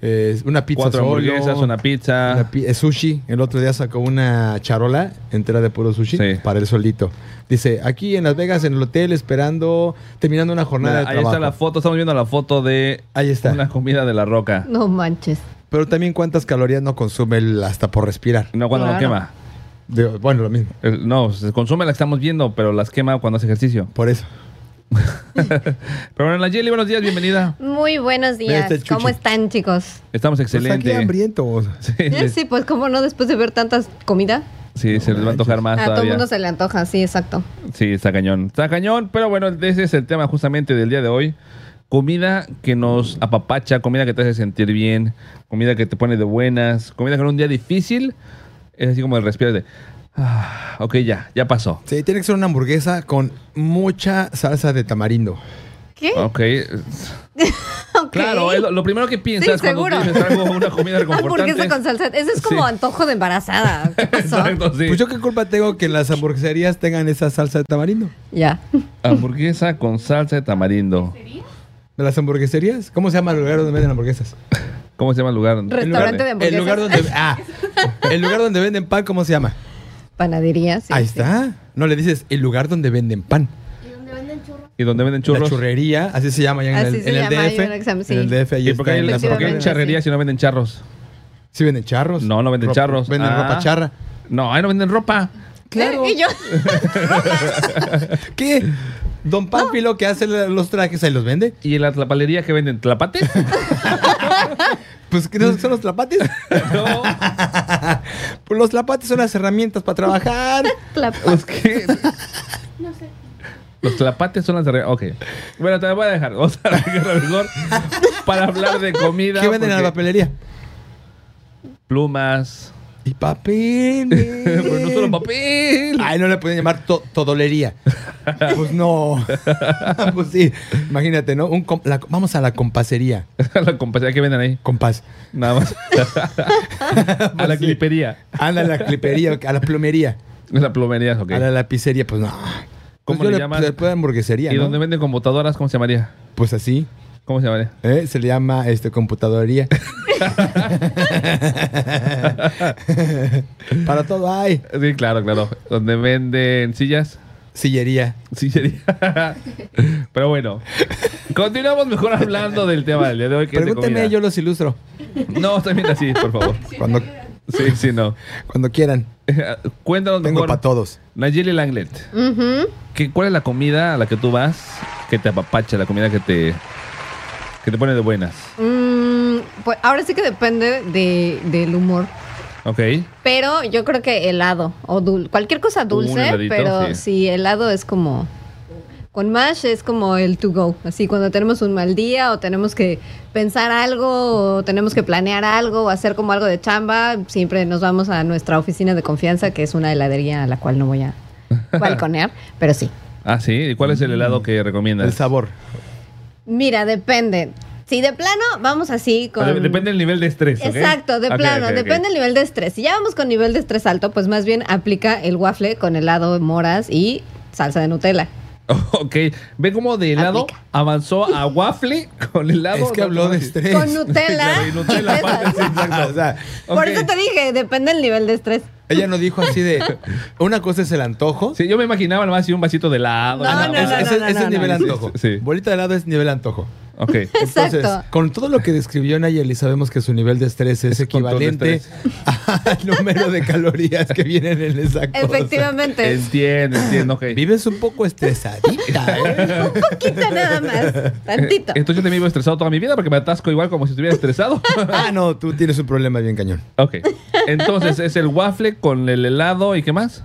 Speaker 3: eh, una pizza
Speaker 2: Cuatro
Speaker 3: solo,
Speaker 2: hamburguesas, una pizza.
Speaker 3: una pi- eh, sushi. El otro día sacó una charola entera de puro sushi
Speaker 2: Sí.
Speaker 3: para él solito. Dice, aquí en Las Vegas, en el hotel, esperando, terminando una jornada
Speaker 2: Mira,
Speaker 3: de
Speaker 2: ahí
Speaker 3: trabajo.
Speaker 2: está la foto, estamos viendo la foto de
Speaker 3: Ahí está.
Speaker 2: una comida de la roca.
Speaker 4: No manches.
Speaker 3: Pero también cuántas calorías no consume el hasta por respirar.
Speaker 2: No, cuando lo
Speaker 4: Claro.
Speaker 2: quema.
Speaker 3: Digo, bueno, lo mismo.
Speaker 2: El- No, se consume la que estamos viendo, pero las quema cuando hace ejercicio.
Speaker 3: Por eso. Pues
Speaker 2: Pero bueno, Nayeli, buenos días, bienvenida.
Speaker 4: Muy buenos días.
Speaker 3: Ve este chuche.
Speaker 4: ¿Cómo están, chicos?
Speaker 2: Estamos
Speaker 3: Pues está aquí
Speaker 2: excelentes.
Speaker 3: hambrientos.
Speaker 2: Sí, les-
Speaker 4: Sí, pues cómo no después de ver tantas comida.
Speaker 2: sí, se les va a
Speaker 3: Ah,
Speaker 2: antojar más
Speaker 4: a todo el
Speaker 2: Ah, todavía.
Speaker 4: mundo se le antoja, sí, exacto.
Speaker 2: Sí, está cañón. Está cañón, pero bueno, ese es el tema justamente del día de hoy. Comida que nos apapacha, comida que te hace sentir bien, comida que te pone de buenas, comida que en un día difícil es así como el respiro de, ah, ok, ya, ya pasó.
Speaker 3: Sí, tiene que ser una hamburguesa con mucha salsa de tamarindo.
Speaker 4: ¿Qué?
Speaker 2: Ok.
Speaker 4: Ok.
Speaker 2: Ah, Claro, es lo, lo primero que piensas
Speaker 4: Sí,
Speaker 2: cuando
Speaker 4: seguro.
Speaker 2: piensas algo, una comida reconfortante.
Speaker 4: Hamburguesa con salsa. Eso Ah, es como
Speaker 2: Sí.
Speaker 4: antojo de embarazada. ¿Qué pasó?
Speaker 2: Exacto, sí.
Speaker 3: Pues yo qué culpa tengo que las hamburgueserías tengan esa salsa de tamarindo.
Speaker 4: Ya.
Speaker 2: Hamburguesa con salsa de tamarindo.
Speaker 3: ¿De las hamburgueserías? ¿Cómo se llama el lugar donde venden hamburguesas?
Speaker 2: ¿Cómo se llama el lugar?
Speaker 4: Restaurante de
Speaker 3: El
Speaker 4: hamburguesas.
Speaker 3: lugar donde, ah, el lugar donde venden pan, ¿cómo se llama?
Speaker 4: Panadería, sí.
Speaker 3: Ahí
Speaker 4: sí.
Speaker 3: está. No le dices el lugar donde venden pan.
Speaker 2: ¿Y donde venden churros?
Speaker 3: La churrería, así se llama allá en
Speaker 4: Así
Speaker 3: el,
Speaker 4: se
Speaker 3: en el
Speaker 4: llama ahí en el
Speaker 3: DF.
Speaker 4: examen, sí.
Speaker 3: En el DF ahí
Speaker 2: ¿Y por qué
Speaker 3: está
Speaker 2: hay,
Speaker 3: en
Speaker 2: por qué hay
Speaker 3: la
Speaker 4: Efectivamente,
Speaker 3: roca.
Speaker 2: charrerías si no venden charros?
Speaker 3: ¿Sí venden charros?
Speaker 2: No, no venden
Speaker 3: Ropa-
Speaker 2: charros.
Speaker 3: Venden
Speaker 2: Ah.
Speaker 3: ropa charra.
Speaker 2: No, ahí no venden ropa.
Speaker 3: Claro.
Speaker 4: Y yo,
Speaker 3: ¿Qué? Don Pánfilo que hace la- los trajes ahí los vende.
Speaker 2: ¿Y en la tlapalería que venden? ¿Tlapates?
Speaker 3: Pues ¿qué no son los tlapates.
Speaker 2: no.
Speaker 3: Pues los tlapates son las herramientas para trabajar.
Speaker 4: la-
Speaker 2: ¿Los qué? No sé. Los tlapates son las de... re- Ok. Bueno, te la voy a dejar. Vamos a dejarla mejor para hablar de comida.
Speaker 3: ¿Qué venden en la
Speaker 2: porque
Speaker 3: papelería?
Speaker 2: Plumas.
Speaker 3: Y papel.
Speaker 2: Pero no
Speaker 3: men.
Speaker 2: solo papel.
Speaker 3: Ay, no le pueden llamar to- todolería. Pues no. pues sí. Imagínate, ¿no? Un com- la- vamos a la compasería.
Speaker 2: la compañía que venden ahí.
Speaker 3: Compás.
Speaker 2: Nada más. a la
Speaker 3: Pues Sí.
Speaker 2: clipería.
Speaker 3: Anda a la clipería, a la plomería,
Speaker 2: La plomería, ok.
Speaker 3: a la lapicería. Pues no.
Speaker 2: ¿Cómo
Speaker 3: Pues yo
Speaker 2: le llaman?
Speaker 3: Le puedo hamburguesería,
Speaker 2: ¿Y
Speaker 3: ¿no?
Speaker 2: donde venden computadoras? ¿Cómo se llamaría?
Speaker 3: Pues así.
Speaker 2: ¿Cómo se llamaría?
Speaker 3: ¿eh? Se le llama este, computadoría. Para todo hay.
Speaker 2: Sí, claro, claro. Donde venden sillas.
Speaker 3: Sillería.
Speaker 2: Sillería. Pero bueno, continuamos mejor hablando del tema del día de hoy. Que es de
Speaker 3: Pregúntenme, yo
Speaker 2: comida.
Speaker 3: los ilustro.
Speaker 2: No, también así, por favor.
Speaker 3: Cuando,
Speaker 2: Sí, sí, no.
Speaker 3: cuando quieran.
Speaker 2: Cuéntanos
Speaker 3: Tengo para
Speaker 2: mejor.
Speaker 3: todos.
Speaker 2: Nayeli Langlet,
Speaker 4: Ujú.
Speaker 2: ¿qué, ¿cuál es la comida a la que tú vas que te apapacha, la comida que te, que te pone de buenas?
Speaker 4: Mm, pues ahora sí que depende de, del humor.
Speaker 2: Ok.
Speaker 4: Pero yo creo que helado o dul cualquier cosa dulce,
Speaker 2: heladito,
Speaker 4: pero
Speaker 2: sí.
Speaker 4: sí. helado es como con mash es como el to go, así cuando tenemos un mal día o tenemos que pensar algo o tenemos que planear algo o hacer como algo de chamba, siempre nos vamos a nuestra oficina de confianza que es una heladería a la cual no voy a balconear, pero sí.
Speaker 2: Ah, sí. ¿Y cuál es el helado que
Speaker 3: El
Speaker 2: recomiendas?
Speaker 3: sabor.
Speaker 4: Mira, depende. Si de plano vamos así con
Speaker 2: Dep- Depende del nivel de estrés. ¿ok?
Speaker 4: Exacto, de
Speaker 2: Ok,
Speaker 4: plano,
Speaker 2: ok, ok.
Speaker 4: depende del nivel de estrés. Si ya vamos con nivel de estrés alto, pues más bien aplica el waffle con helado, moras y salsa de Nutella.
Speaker 2: Ok, ve como de helado
Speaker 4: Aplica.
Speaker 2: avanzó a waffle con helado.
Speaker 3: Es que habló de estrés.
Speaker 4: Con Nutella.
Speaker 2: Claro, y Nutella,
Speaker 4: y
Speaker 2: aparte, sí,
Speaker 4: fresas.
Speaker 3: O sea,
Speaker 4: Por
Speaker 2: Ok.
Speaker 4: eso te dije, depende del nivel de estrés.
Speaker 3: ella no dijo así de. Una cosa es el antojo.
Speaker 2: Sí, yo me imaginaba nomás así un vasito de helado.
Speaker 4: No,
Speaker 2: nada
Speaker 4: Ah, no,
Speaker 2: más.
Speaker 4: no,
Speaker 3: ese,
Speaker 4: no,
Speaker 3: ese es
Speaker 4: no,
Speaker 3: nivel
Speaker 4: no.
Speaker 3: antojo.
Speaker 2: Sí, sí.
Speaker 3: Bolita de helado es nivel antojo.
Speaker 2: Ok.
Speaker 4: Exacto.
Speaker 3: con todo lo que describió Nayeli, sabemos que su nivel de estrés es,
Speaker 2: Es un montón de
Speaker 3: equivalente al número de calorías que vienen en esa cosa.
Speaker 4: Efectivamente.
Speaker 2: Entiendo, entiendo, ok.
Speaker 3: Vives un poco estresadita, ¿eh?
Speaker 4: Un poquito nada
Speaker 2: Eh,
Speaker 4: más. Tantito.
Speaker 2: Entonces yo también vivo estresado toda mi vida porque me atasco igual como si estuviera estresado.
Speaker 3: Ah, no, tú tienes un problema bien cañón.
Speaker 2: ok. Entonces es el waffle con el helado y qué más?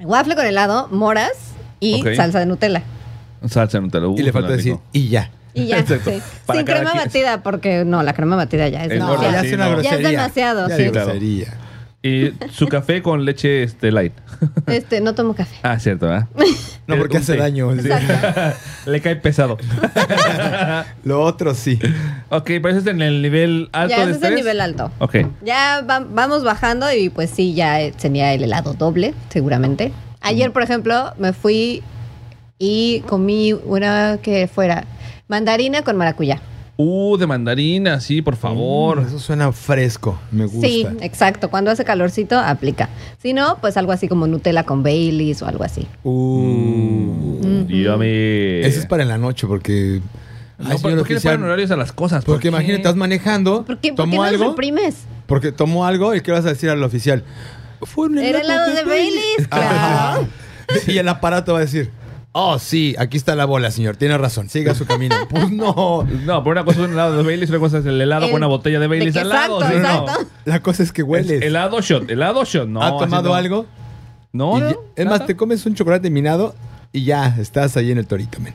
Speaker 4: Waffle con helado, moras y
Speaker 2: Ok.
Speaker 4: salsa de Nutella.
Speaker 2: Salsa, Uh, no te lo
Speaker 3: Y le falta decir, y ya.
Speaker 4: Y ya.
Speaker 2: Exacto.
Speaker 4: sí.
Speaker 2: Para
Speaker 4: Sin
Speaker 2: cada
Speaker 4: crema
Speaker 2: quien.
Speaker 4: batida, porque no, la crema batida ya es.
Speaker 2: Es
Speaker 4: no,
Speaker 2: gorda,
Speaker 4: ya.
Speaker 2: sí, no.
Speaker 4: Ya es demasiado,
Speaker 3: Ya
Speaker 4: sí.
Speaker 3: es
Speaker 2: Claro.
Speaker 3: grosería.
Speaker 2: Y su café con leche este, light.
Speaker 4: Este, no tomo café.
Speaker 2: Ah, cierto, ¿verdad?
Speaker 3: No,
Speaker 2: Eh,
Speaker 3: porque
Speaker 2: un
Speaker 3: hace
Speaker 2: té.
Speaker 3: daño. sí.
Speaker 2: Le cae pesado.
Speaker 3: Lo otro sí.
Speaker 2: ok, pero eso es en el nivel alto
Speaker 4: Ya
Speaker 2: de
Speaker 4: ese es el
Speaker 2: estrés.
Speaker 4: nivel alto.
Speaker 2: Ok.
Speaker 4: Ya va- vamos bajando y pues sí, ya eh, sería el helado doble, seguramente. Ayer, por ejemplo, me fui y comí una que fuera mandarina con maracuyá.
Speaker 2: Uh, de mandarina, sí, por favor.
Speaker 3: Mm, Eso suena fresco. Me gusta.
Speaker 4: Sí, exacto. Cuando hace calorcito, aplica. Si no, pues algo así como Nutella con Baileys o algo así.
Speaker 3: Uh.
Speaker 4: Mm.
Speaker 2: Dígame.
Speaker 3: Eso es para en la noche porque.
Speaker 2: No,
Speaker 3: Ay,
Speaker 2: ¿por,
Speaker 3: señor
Speaker 2: por qué le
Speaker 3: oficial,
Speaker 2: ponen horarios a las cosas? ¿Por
Speaker 3: Porque
Speaker 2: qué?
Speaker 3: imagínate, estás manejando.
Speaker 4: ¿Por qué, por qué
Speaker 3: tomó
Speaker 4: no
Speaker 3: algo.
Speaker 4: reprimes?
Speaker 3: Porque tomó algo y ¿qué vas a decir al oficial? Fue un
Speaker 4: Era helado de Baileys, claro.
Speaker 3: Ajá. Ah. Y el aparato va a decir. Oh, sí, aquí está la bola, señor. Tiene razón. Siga su camino. Pues no.
Speaker 2: No, por una cosa es un helado de Baileys, otra cosa es el helado
Speaker 4: El-
Speaker 2: con una botella de
Speaker 4: de
Speaker 2: Baileys
Speaker 4: que
Speaker 2: al lado.
Speaker 4: exacto,
Speaker 2: ¿sí o no?
Speaker 4: exacto.
Speaker 3: La cosa es que
Speaker 2: Es
Speaker 3: hueles.
Speaker 2: helado shot, helado shot. No,
Speaker 3: ¿Ha
Speaker 2: así
Speaker 3: tomado
Speaker 2: no.
Speaker 3: algo?
Speaker 2: No,
Speaker 3: Y
Speaker 2: no,
Speaker 3: ya- es más,
Speaker 2: nada.
Speaker 3: te comes un chocolate minado y ya estás ahí en el torito, men.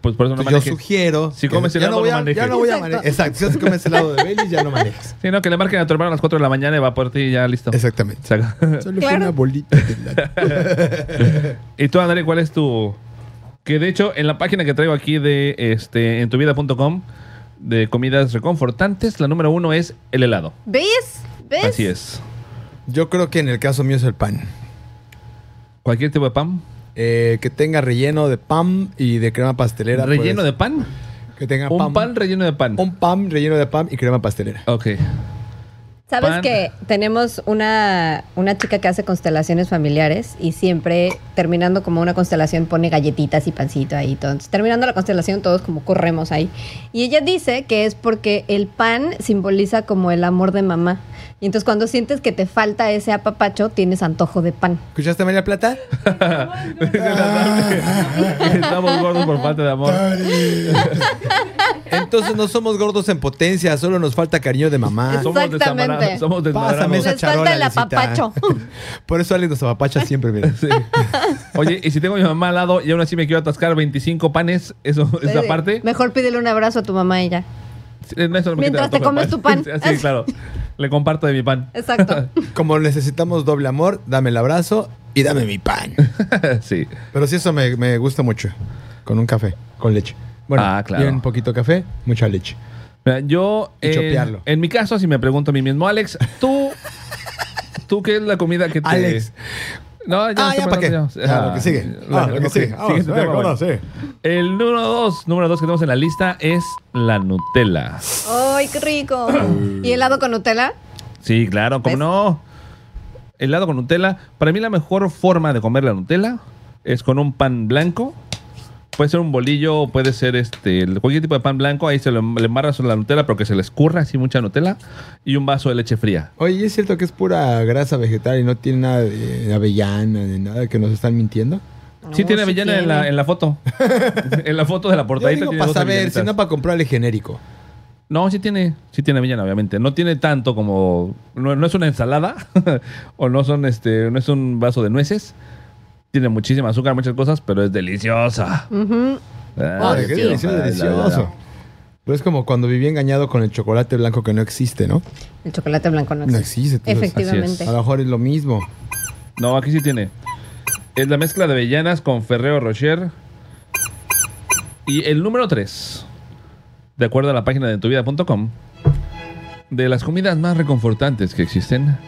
Speaker 2: pues por eso no
Speaker 3: Entonces, yo
Speaker 2: manejes.
Speaker 3: sugiero.
Speaker 2: Si
Speaker 3: que-
Speaker 2: comes
Speaker 3: ya
Speaker 2: helado,
Speaker 3: voy
Speaker 2: no
Speaker 3: a-
Speaker 2: manejes.
Speaker 3: Ya no voy a manejar. Exacto. Si comes helado de Baileys, ya no manejas.
Speaker 2: Sí, no, que le marquen a tu hermano a las 4 de la mañana y va por ti y ya listo.
Speaker 3: Exactamente.
Speaker 2: Saca.
Speaker 3: Solo
Speaker 4: Claro.
Speaker 3: fue una bolita. de helado.
Speaker 2: y tú, André, ¿cuál es tu...? Que de hecho, en la página que traigo aquí de este, en tuvida.com de comidas reconfortantes, la número uno es el helado.
Speaker 4: ¿Ves? ¿Ves?
Speaker 2: Así es.
Speaker 3: Yo creo que en el caso mío es el pan.
Speaker 2: Cualquier tipo de pan.
Speaker 3: Eh, que tenga relleno de pan y de crema pastelera.
Speaker 2: ¿Relleno
Speaker 3: pues.
Speaker 2: de pan?
Speaker 3: Que tenga
Speaker 2: Un pan relleno de pan.
Speaker 3: Un pan relleno de pan y crema pastelera.
Speaker 2: Ok.
Speaker 4: ¿Sabes
Speaker 2: Pan.
Speaker 4: que tenemos una, una chica que hace constelaciones familiares y siempre terminando como una constelación pone galletitas y pancito ahí? Entonces, terminando la constelación todos como corremos ahí. Y ella dice que es porque el pan simboliza como el amor de mamá. Y entonces cuando sientes que te falta ese apapacho, tienes antojo de pan.
Speaker 3: ¿Escuchaste María Plata?
Speaker 2: Estamos gordos por falta de amor.
Speaker 3: Entonces no somos gordos en potencia, solo nos falta cariño de mamá.
Speaker 2: Somos
Speaker 4: Exactamente.
Speaker 2: desmadrados. Somos
Speaker 3: Pásame
Speaker 2: desmadrados.
Speaker 3: esa
Speaker 4: Les falta
Speaker 3: charola.
Speaker 4: el
Speaker 3: Lucita.
Speaker 4: apapacho.
Speaker 3: Por eso Alex nos apapacha siempre, mira.
Speaker 2: Oye, y si tengo a mi mamá al lado y aún así me quiero atascar 25 panes, eso, esa parte.
Speaker 4: Mejor pídele un abrazo a tu mamá y ya.
Speaker 2: Sí, no, eso no me
Speaker 4: Mientras
Speaker 2: quita
Speaker 4: te comes
Speaker 2: tanto
Speaker 4: tu pan.
Speaker 2: Sí, claro. Le comparto de mi pan.
Speaker 4: Exacto.
Speaker 3: Como necesitamos doble amor, dame el abrazo y dame mi pan.
Speaker 2: sí.
Speaker 3: Pero sí, eso me, me gusta mucho. Con un café, con leche. Bueno,
Speaker 2: Ah, claro.
Speaker 3: bien poquito café, mucha leche.
Speaker 2: Mira, yo.
Speaker 3: Y
Speaker 2: eh,
Speaker 3: chopearlo.
Speaker 2: en mi caso, si me pregunto a mí mismo, Alex, tú. ¿Tú qué es la comida que te.
Speaker 3: Alex.
Speaker 2: No, ya,
Speaker 3: Eh, Ah,
Speaker 2: estoy
Speaker 3: ya, ¿pa' qué?
Speaker 2: preguntando,
Speaker 3: Ya, lo que sigue. Ah, lo que
Speaker 2: ok.
Speaker 3: sigue. Vamos,
Speaker 2: Siguiente
Speaker 3: venga,
Speaker 2: tema, bueno.
Speaker 3: vámonos, sí.
Speaker 2: El número dos, número dos que tenemos en la lista es la Nutella.
Speaker 4: ¡Ay, qué rico! ¿Y helado con Nutella?
Speaker 2: Sí, claro, como
Speaker 4: ¿Ves?
Speaker 2: no. Helado con Nutella. Para mí la mejor forma de comer la Nutella es con un pan blanco. Puede ser un bolillo, puede ser este el- cualquier tipo de pan blanco. Ahí se lo, le embarras la Nutella, pero que se le escurra así mucha Nutella. Y un vaso de leche fría.
Speaker 3: Oye, ¿y ¿es cierto que es pura grasa vegetal y no tiene nada de avellana, de nada que nos están mintiendo?
Speaker 2: sí
Speaker 4: No,
Speaker 2: tiene avellana en, la,
Speaker 4: tiene.
Speaker 2: en la foto. en la foto de la
Speaker 3: Oh, Yo
Speaker 2: portadita.
Speaker 3: digo
Speaker 2: tiene
Speaker 3: para
Speaker 2: dos
Speaker 3: saber,
Speaker 2: avellanitas.
Speaker 3: si no para comprarle genérico.
Speaker 2: No, sí tiene, sí tiene avellana, obviamente. No tiene tanto como. No, no es una ensalada. o no son este. No es un vaso de nueces. Tiene muchísima azúcar, muchas cosas, pero es deliciosa.
Speaker 4: Ujú.
Speaker 2: Ah,
Speaker 3: Ay, Oh, qué delicioso, delicioso. Pero es como cuando viví engañado con el chocolate blanco que no existe, ¿no?
Speaker 4: El chocolate blanco no
Speaker 3: No
Speaker 4: existe.
Speaker 3: existe. entonces,
Speaker 4: Efectivamente.
Speaker 3: a lo mejor es lo mismo.
Speaker 2: No, aquí sí tiene. Es la mezcla de avellanas con Ferrero Rocher. Y el número 3, de acuerdo a la página de tuvida.com, de las comidas más reconfortantes que existen,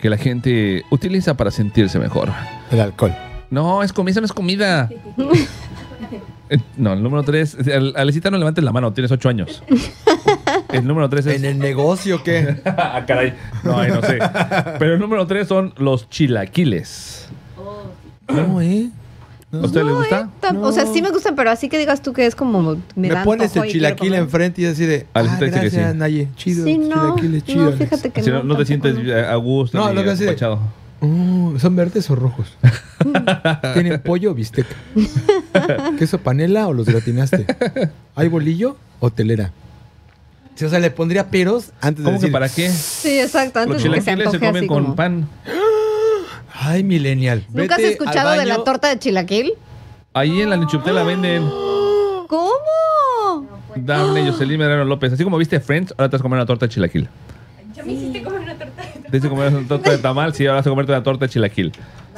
Speaker 2: que la gente utiliza para sentirse mejor.
Speaker 3: El alcohol.
Speaker 2: No, es comida, no es comida. Eh, No, el número 3, Alecita no levantes la mano, tienes 8 años. El número 3 es...
Speaker 3: ¿En el negocio qué?
Speaker 2: Ah, caray. No, ay, no sé. Pero el número 3 son los chilaquiles.
Speaker 3: No, ¿eh?
Speaker 2: ¿A usted le
Speaker 4: No,
Speaker 2: gusta?
Speaker 4: eh, tam- O sea, sí me gustan, pero así que digas tú que es como. Me,
Speaker 3: Me,
Speaker 4: da
Speaker 3: pones
Speaker 4: antojo
Speaker 3: el
Speaker 4: y quiero
Speaker 3: chilaquil
Speaker 4: comer.
Speaker 3: enfrente y así de. Ah,
Speaker 2: Al dice que
Speaker 3: gracias,
Speaker 2: sí.
Speaker 3: Naye. Chido.
Speaker 4: Sí, no.
Speaker 3: chilaquiles, chido,
Speaker 4: no,
Speaker 3: Alex.
Speaker 4: fíjate que
Speaker 2: Si
Speaker 4: no.
Speaker 2: no, no te
Speaker 4: tampoco
Speaker 2: sientes
Speaker 4: no.
Speaker 2: eh, a gusto
Speaker 3: No,
Speaker 2: ni
Speaker 3: lo que hace-
Speaker 2: apapachado.
Speaker 3: Mm, ¿Son verdes o rojos? ¿Tienen pollo o bistec? ¿Queso panela o los gratinaste? ¿Hay bolillo o telera? Sí, o sea, le pondría peros antes de
Speaker 2: ¿Cómo que
Speaker 3: decir,
Speaker 2: para qué?
Speaker 4: Sí, exacto.
Speaker 2: Los
Speaker 4: Antes de que se
Speaker 2: chilaquiles se
Speaker 4: antoje
Speaker 2: comen
Speaker 4: así
Speaker 2: con
Speaker 4: como.
Speaker 2: pan.
Speaker 3: Ay, millennial.
Speaker 4: ¿Nunca has
Speaker 3: vete
Speaker 4: escuchado
Speaker 3: al
Speaker 4: de la
Speaker 3: baño".
Speaker 4: torta de chilaquil?
Speaker 2: Ahí en la
Speaker 4: Ah.
Speaker 2: la venden.
Speaker 4: ¿Cómo?
Speaker 2: Dafne, Jocelyn Medrano López. Así como viste Friends, ahora te vas a comer una torta de chilaquil. Ya me hiciste comer una torta de Te hice comer una torta de tamal, sí, ahora vas a comerte una torta de chilaquil.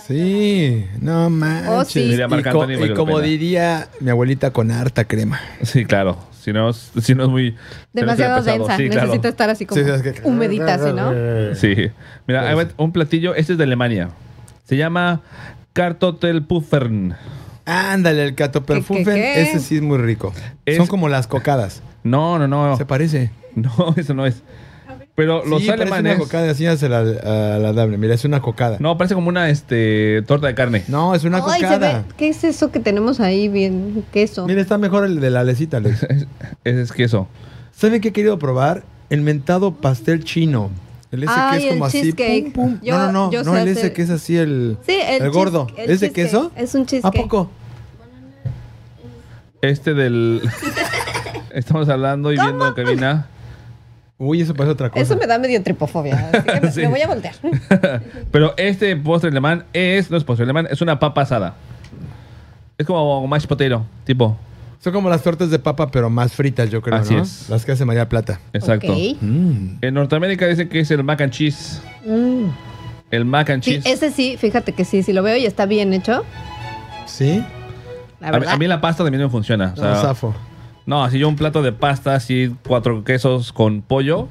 Speaker 3: Sí, no manches.
Speaker 4: Oh, sí.
Speaker 2: Diría
Speaker 3: Y,
Speaker 2: Marc
Speaker 3: co-
Speaker 2: Anthony,
Speaker 3: y
Speaker 2: valió la
Speaker 3: como
Speaker 2: pena.
Speaker 3: diría mi abuelita, con harta crema.
Speaker 2: Sí, claro. Si no, es- si no es muy.
Speaker 4: Demasiado
Speaker 2: pesado.
Speaker 4: densa.
Speaker 2: Sí, claro.
Speaker 4: Necesito estar así como
Speaker 3: Sí, sabes que-
Speaker 4: humedita, así, ¿no?
Speaker 2: Sí. Mira, ahí
Speaker 4: Pues.
Speaker 2: va un platillo. Este es de Alemania. Se llama Kartoffelpuffern.
Speaker 3: Ándale, el
Speaker 4: ¿Qué,
Speaker 3: catoperfufen,
Speaker 4: qué, qué?
Speaker 3: ese sí es muy rico.
Speaker 2: Es-
Speaker 3: Son como las cocadas.
Speaker 2: No, no, no.
Speaker 3: Se parece.
Speaker 2: No, eso no es. Pero los
Speaker 3: sí, parece
Speaker 2: alemanes.
Speaker 3: una cocada, enséñasela a, a la Dable. Mira, es una cocada. No,
Speaker 2: ¿eh? No, parece como una este, torta de carne.
Speaker 3: es una
Speaker 4: Ay, se ve.
Speaker 3: cocada.
Speaker 4: ¿Qué es eso que tenemos ahí bien? Queso.
Speaker 3: Mira, está mejor el de la alecita, Alex.
Speaker 2: Ese es queso.
Speaker 3: ¿Saben qué he querido probar? El mentado pastel chino. El ese
Speaker 4: Ay,
Speaker 3: que es como
Speaker 4: el
Speaker 3: así. pum,
Speaker 4: cheesecake.
Speaker 3: pum.
Speaker 4: Yo-
Speaker 3: no, no,
Speaker 4: yo
Speaker 3: no.
Speaker 4: sé
Speaker 3: No, el ese
Speaker 4: hacer-
Speaker 3: que es así, el.
Speaker 4: Sí, el cheese-
Speaker 3: gordo.
Speaker 4: el
Speaker 3: ¿Es de
Speaker 4: cheesecake.
Speaker 3: queso?
Speaker 4: Es un
Speaker 3: ¿A
Speaker 4: cheesecake.
Speaker 3: poco?
Speaker 2: Este del. Estamos hablando y viendo a Cabina.
Speaker 3: Uy, eso parece otra cosa.
Speaker 4: Eso me da medio tripofobia. Así que me,
Speaker 2: Sí.
Speaker 4: me voy a voltear.
Speaker 2: Pero este postre alemán es. No es postre alemán, es una papa asada. Es como mashed potato, tipo.
Speaker 3: Son como las tortas de papa, pero más fritas, yo creo,
Speaker 2: Así
Speaker 3: ¿no?
Speaker 2: es. Mm.
Speaker 3: Las que hace María Plata.
Speaker 2: Exacto.
Speaker 4: Ok.
Speaker 2: En Norteamérica dicen que es el mac and cheese.
Speaker 4: Mm.
Speaker 2: El mac and
Speaker 4: Sí,
Speaker 2: cheese.
Speaker 4: ese sí, fíjate que sí, si lo veo y está bien hecho.
Speaker 3: ¿Sí?
Speaker 4: La
Speaker 2: A mí,
Speaker 4: verdad.
Speaker 2: a mí la pasta también no me funciona. O sea,
Speaker 3: No, zafo.
Speaker 2: no, así yo un plato de pasta, así cuatro quesos con pollo.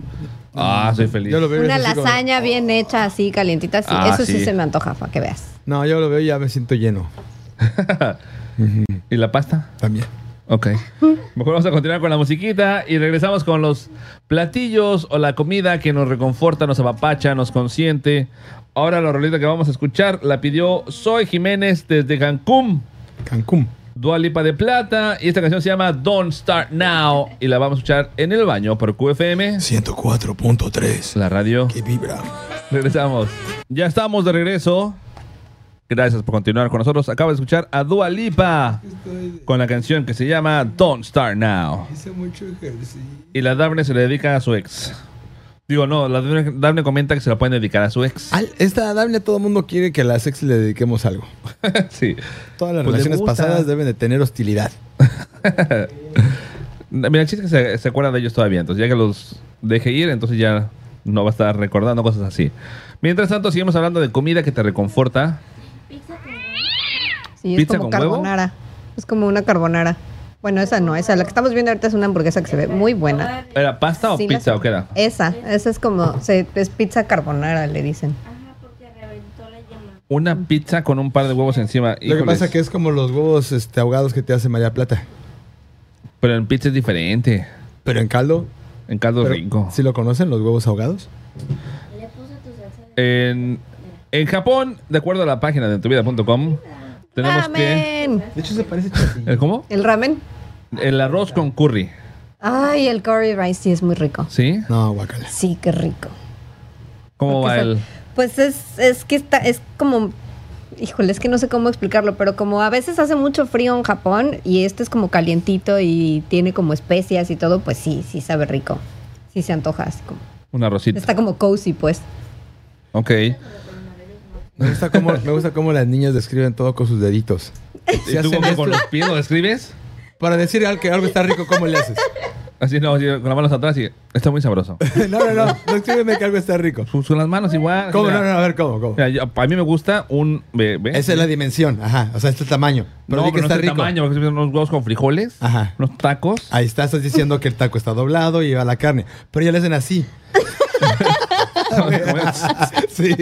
Speaker 2: Ah, soy feliz.
Speaker 3: Yo lo veo y
Speaker 4: Una
Speaker 3: es así como-
Speaker 4: lasaña bien hecha, así, calientita, así.
Speaker 2: Ah,
Speaker 4: Eso sí.
Speaker 2: sí.
Speaker 4: se me antoja, para que veas.
Speaker 3: No, yo lo veo y ya me siento lleno
Speaker 2: ¿Y la pasta?
Speaker 3: también.
Speaker 2: Ok. Mejor vamos a continuar con la musiquita y regresamos con los platillos o la comida que nos reconforta, nos apapacha, nos consiente. Ahora la rolita que vamos a escuchar la pidió Zoe Jiménez desde Cancún,
Speaker 3: Cancún.
Speaker 2: Dua Lipa de Plata, y esta canción se llama Don't Start Now y la vamos a escuchar en el baño por QFM,
Speaker 1: 104.3.
Speaker 2: la radio.
Speaker 1: Que vibra.
Speaker 2: Regresamos. Ya estamos de regreso. Gracias por continuar con nosotros. Acabo de escuchar a Dua Lipa con la canción que se llama Don't Start Now.
Speaker 3: Hice mucho ejercicio.
Speaker 2: Y la Daphne se le dedica a su ex. Digo, no, la Daphne, Daphne comenta que se la pueden dedicar a su ex.
Speaker 3: esta Dable todo el mundo quiere que a las ex le dediquemos algo.
Speaker 2: sí.
Speaker 3: Todas las
Speaker 2: Pues le
Speaker 3: relaciones
Speaker 2: gusta.
Speaker 3: pasadas deben de tener hostilidad.
Speaker 2: Mira, el chiste es que se, se acuerda de ellos todavía. Entonces, ya que los deje ir, entonces ya no va a estar recordando cosas así. Mientras tanto, seguimos hablando de comida que te reconforta.
Speaker 4: Sí, es
Speaker 2: ¿Pizza
Speaker 4: como
Speaker 2: con huevo?
Speaker 4: carbonara. Es como una carbonara. Bueno, esa no, esa la que estamos viendo ahorita es una hamburguesa que se ve muy buena.
Speaker 2: ¿Era pasta o
Speaker 4: Sin
Speaker 2: pizza
Speaker 4: la-
Speaker 2: o qué era?
Speaker 4: Esa, esa es como, se- es pizza carbonara, le dicen.
Speaker 2: Una pizza con un par de huevos encima.
Speaker 3: Lo que
Speaker 2: Híjoles.
Speaker 3: pasa que es como los huevos este, ahogados que te hace María Plata.
Speaker 2: Pero en pizza es diferente.
Speaker 3: Pero en caldo.
Speaker 2: En caldo
Speaker 3: pero-
Speaker 2: rico.
Speaker 3: ¿Sí lo conocen, los huevos ahogados?
Speaker 2: En, en Japón, de acuerdo a la página de tuvida.com, tenemos
Speaker 4: ¡Ramen!
Speaker 3: De hecho, se parece
Speaker 2: que... ¿Eh, ¿Cómo?
Speaker 4: ¿El ramen?
Speaker 2: El arroz con curry.
Speaker 4: Ay, el curry rice sí es muy rico.
Speaker 2: ¿Sí?
Speaker 3: No, guacala.
Speaker 4: Sí, qué rico.
Speaker 2: ¿Cómo
Speaker 4: Porque
Speaker 2: va
Speaker 4: son-
Speaker 2: el...?
Speaker 4: Pues es, es que está, es como, híjole, es que no sé cómo explicarlo, pero como a veces hace mucho frío en Japón y este es como calientito y tiene como especias y todo, pues sí, sí sabe rico. Sí se antoja, así como.
Speaker 2: Un arrocito.
Speaker 4: Está como cozy, pues.
Speaker 2: Ok.
Speaker 3: Me gusta, cómo, me gusta cómo las niñas describen todo con sus deditos. Si
Speaker 2: ¿Y tú
Speaker 3: hacen
Speaker 2: como
Speaker 3: esto-
Speaker 2: con los pies lo escribes?
Speaker 3: Para decir al que algo está rico, ¿cómo le haces?
Speaker 2: Así no, así, con las manos atrás y... Está muy sabroso.
Speaker 3: No, no, no. No escríbeme que algo está rico.
Speaker 2: Con con las manos igual.
Speaker 3: ¿Cómo?
Speaker 2: mira.
Speaker 3: No, no, a ver, ¿cómo? ¿Cómo?
Speaker 2: Mira, yo- a mí me gusta un... ve- ve.
Speaker 3: Esa es la dimensión. Ajá. O sea, este tamaño. Pero
Speaker 2: no,
Speaker 3: di que
Speaker 2: pero no
Speaker 3: está
Speaker 2: es el
Speaker 3: rico.
Speaker 2: tamaño. porque son Unos huevos con frijoles.
Speaker 3: Ajá. Ah,
Speaker 2: Unos tacos.
Speaker 3: Ahí está, estás diciendo que el taco está doblado y va la carne. Pero ya le hacen así.
Speaker 2: pues,
Speaker 3: sí.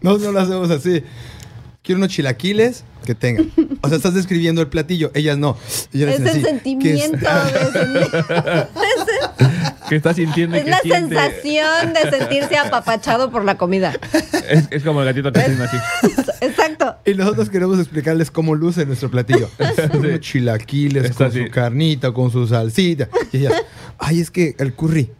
Speaker 3: No, no lo hacemos así. Quiero unos chilaquiles que tengan. O sea, estás describiendo el platillo. Ellas no. Ellas le
Speaker 4: Es
Speaker 3: hacen
Speaker 4: el
Speaker 3: así, que es-
Speaker 4: sentimiento. de-
Speaker 2: que está sintiendo. y
Speaker 4: Es
Speaker 2: que
Speaker 4: la
Speaker 2: siente.
Speaker 4: sensación de sentirse apapachado por la comida.
Speaker 2: Es, es como el gatito que tiene así.
Speaker 4: Exacto.
Speaker 3: Y nosotros queremos explicarles cómo luce nuestro platillo. Unos chilaquiles
Speaker 2: Está
Speaker 3: con su
Speaker 2: así.
Speaker 3: carnita, con su salsita. Y ellas, ay, es que el curry.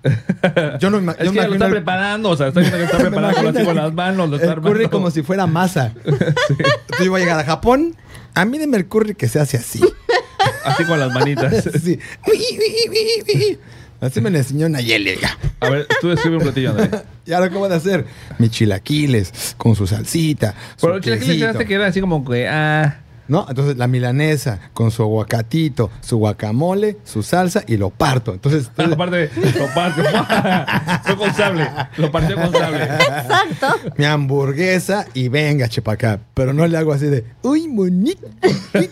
Speaker 3: Yo no, ima-
Speaker 2: Es
Speaker 3: yo
Speaker 2: que ya lo
Speaker 3: imagino
Speaker 2: está
Speaker 3: el-
Speaker 2: preparando, o sea, está viendo que está preparando con, las- con las manos, lo está
Speaker 3: el curry
Speaker 2: armando.
Speaker 3: como si fuera masa. Entonces yo voy a llegar a Japón, a mí deme el curry que se hace así.
Speaker 2: Así con las manitas.
Speaker 3: Así. Así me lo enseñó Nayeli. oiga.
Speaker 2: A ver, tú describe un platillo, André.
Speaker 3: Y ahora, ¿cómo van a hacer? Mis chilaquiles con su salsita. su
Speaker 2: Pero el chilaquiles
Speaker 3: quesito.
Speaker 2: quedaste que era así como que, ah,
Speaker 3: ¿No? Entonces la milanesa con su aguacatito, su guacamole, su salsa y lo parto. Entonces, entonces,
Speaker 2: aparte, lo partió, fue con sable, lo partió con sable.
Speaker 4: Exacto.
Speaker 3: mi hamburguesa y venga, chepa acá. Pero no le hago así de, uy, monito.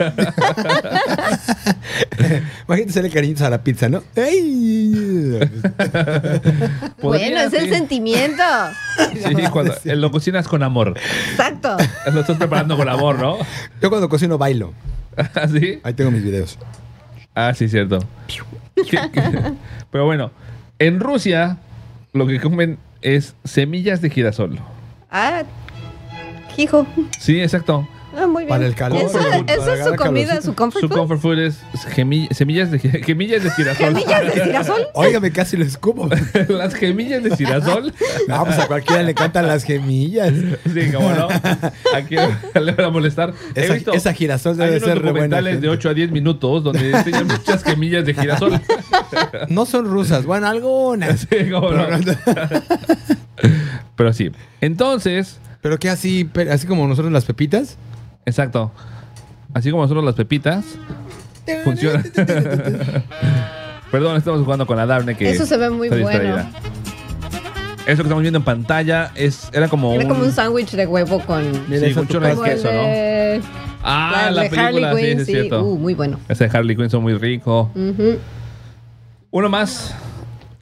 Speaker 3: Imagínate hacerle cariñitos a la pizza, ¿no? ¡Ay!
Speaker 4: Bueno, es el sentimiento.
Speaker 2: Sí,
Speaker 3: Ah,
Speaker 2: cuando eh, lo cocinas con amor.
Speaker 4: Exacto.
Speaker 2: Lo estás preparando con amor, ¿no?
Speaker 3: Yo cuando cocino bailo.
Speaker 2: ¿Así?
Speaker 3: Ahí tengo mis videos.
Speaker 2: Ah, sí, cierto. ¿Qué- qué? Pero bueno, en Rusia lo que comen es semillas de girasol.
Speaker 4: Ah, hijo.
Speaker 2: Sí, exacto.
Speaker 4: Ah, muy bien.
Speaker 3: Para el calor,
Speaker 4: Eso,
Speaker 3: para-
Speaker 4: eso
Speaker 3: para
Speaker 4: es su
Speaker 3: agarrar
Speaker 4: comida,
Speaker 3: calorcito.
Speaker 4: su comfort
Speaker 2: Su
Speaker 4: food.
Speaker 2: comfort food es gemi- semillas, de, gi- gemillas de girasol.
Speaker 4: ¿Semillas de girasol?
Speaker 3: Óigame, casi lo escupo.
Speaker 2: Las gemillas de girasol.
Speaker 3: No, pues a cualquiera le cantan las gemillas.
Speaker 2: Sí, como no. Aquí le van a molestar. He
Speaker 3: Esa-
Speaker 2: visto-
Speaker 3: esa girasol debe
Speaker 2: hay unos
Speaker 3: ser re buena
Speaker 2: documentales
Speaker 3: gente.
Speaker 2: de 8 a 10 minutos donde enseñan muchas gemillas de girasol.
Speaker 3: No son rusas, bueno, algunas.
Speaker 2: Sí, como no.
Speaker 3: Pero
Speaker 2: Pero sí. Entonces,
Speaker 3: Pero que así, pe- así como nosotros las pepitas.
Speaker 2: exacto. Así como nosotros las pepitas, funciona. Perdón, estamos jugando con la Daphne que
Speaker 4: Eso se ve muy
Speaker 2: está
Speaker 4: bueno.
Speaker 2: distraída. Eso que estamos viendo en pantalla es, era como
Speaker 4: Era
Speaker 2: un...
Speaker 4: como un sándwich de huevo con.
Speaker 3: Mira,
Speaker 2: sí,
Speaker 3: esa
Speaker 2: un
Speaker 3: tu
Speaker 2: chorro de
Speaker 4: como el
Speaker 2: queso, ¿no?
Speaker 4: de-
Speaker 2: Ah, la,
Speaker 4: de
Speaker 2: película, sí,
Speaker 4: Harley
Speaker 2: sí,
Speaker 4: Quinn,
Speaker 2: es cierto.
Speaker 4: Uh, muy bueno.
Speaker 2: Ese de Harley Quinn son muy rico.
Speaker 4: Ujú.
Speaker 2: Uno más.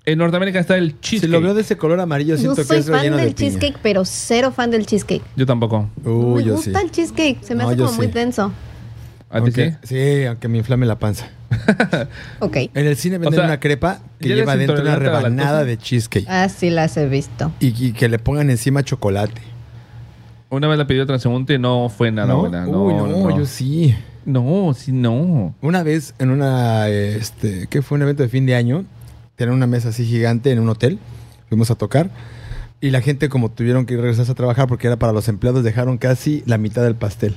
Speaker 2: En Norteamérica está el cheesecake.
Speaker 3: Si lo veo de ese color amarillo,
Speaker 4: No
Speaker 3: siento que
Speaker 4: soy
Speaker 3: es
Speaker 4: fan
Speaker 3: relleno de
Speaker 4: del
Speaker 3: piña.
Speaker 4: cheesecake, pero cero fan del cheesecake.
Speaker 2: Yo tampoco.
Speaker 3: Uy,
Speaker 4: me
Speaker 3: yo sí.
Speaker 4: gusta el cheesecake, se me
Speaker 3: No,
Speaker 4: hace
Speaker 3: yo
Speaker 4: como muy
Speaker 3: sí.
Speaker 4: denso.
Speaker 2: ¿A ti
Speaker 3: Aunque-
Speaker 2: sí?
Speaker 3: Sí, aunque me inflame la panza.
Speaker 4: Ok.
Speaker 3: En el cine venden
Speaker 2: sea,
Speaker 3: una crepa que
Speaker 2: ¿ya eres
Speaker 3: lleva dentro una
Speaker 2: intolerante a la
Speaker 3: rebanada
Speaker 2: lactosa?
Speaker 3: de cheesecake.
Speaker 4: Ah, sí las he visto.
Speaker 3: Y, y que le pongan encima chocolate.
Speaker 2: Una vez la pidió transeúnte y Ah, no fue nada
Speaker 3: ¿No?
Speaker 2: buena. No,
Speaker 3: Uy, no,
Speaker 2: no.
Speaker 3: yo sí.
Speaker 2: No, sí, no.
Speaker 3: Una vez en una, este, que fue un evento de fin de año, tenían una mesa así gigante en un hotel, fuimos a tocar y la gente como tuvieron que regresarse a trabajar porque era para los empleados, dejaron casi la mitad del pastel.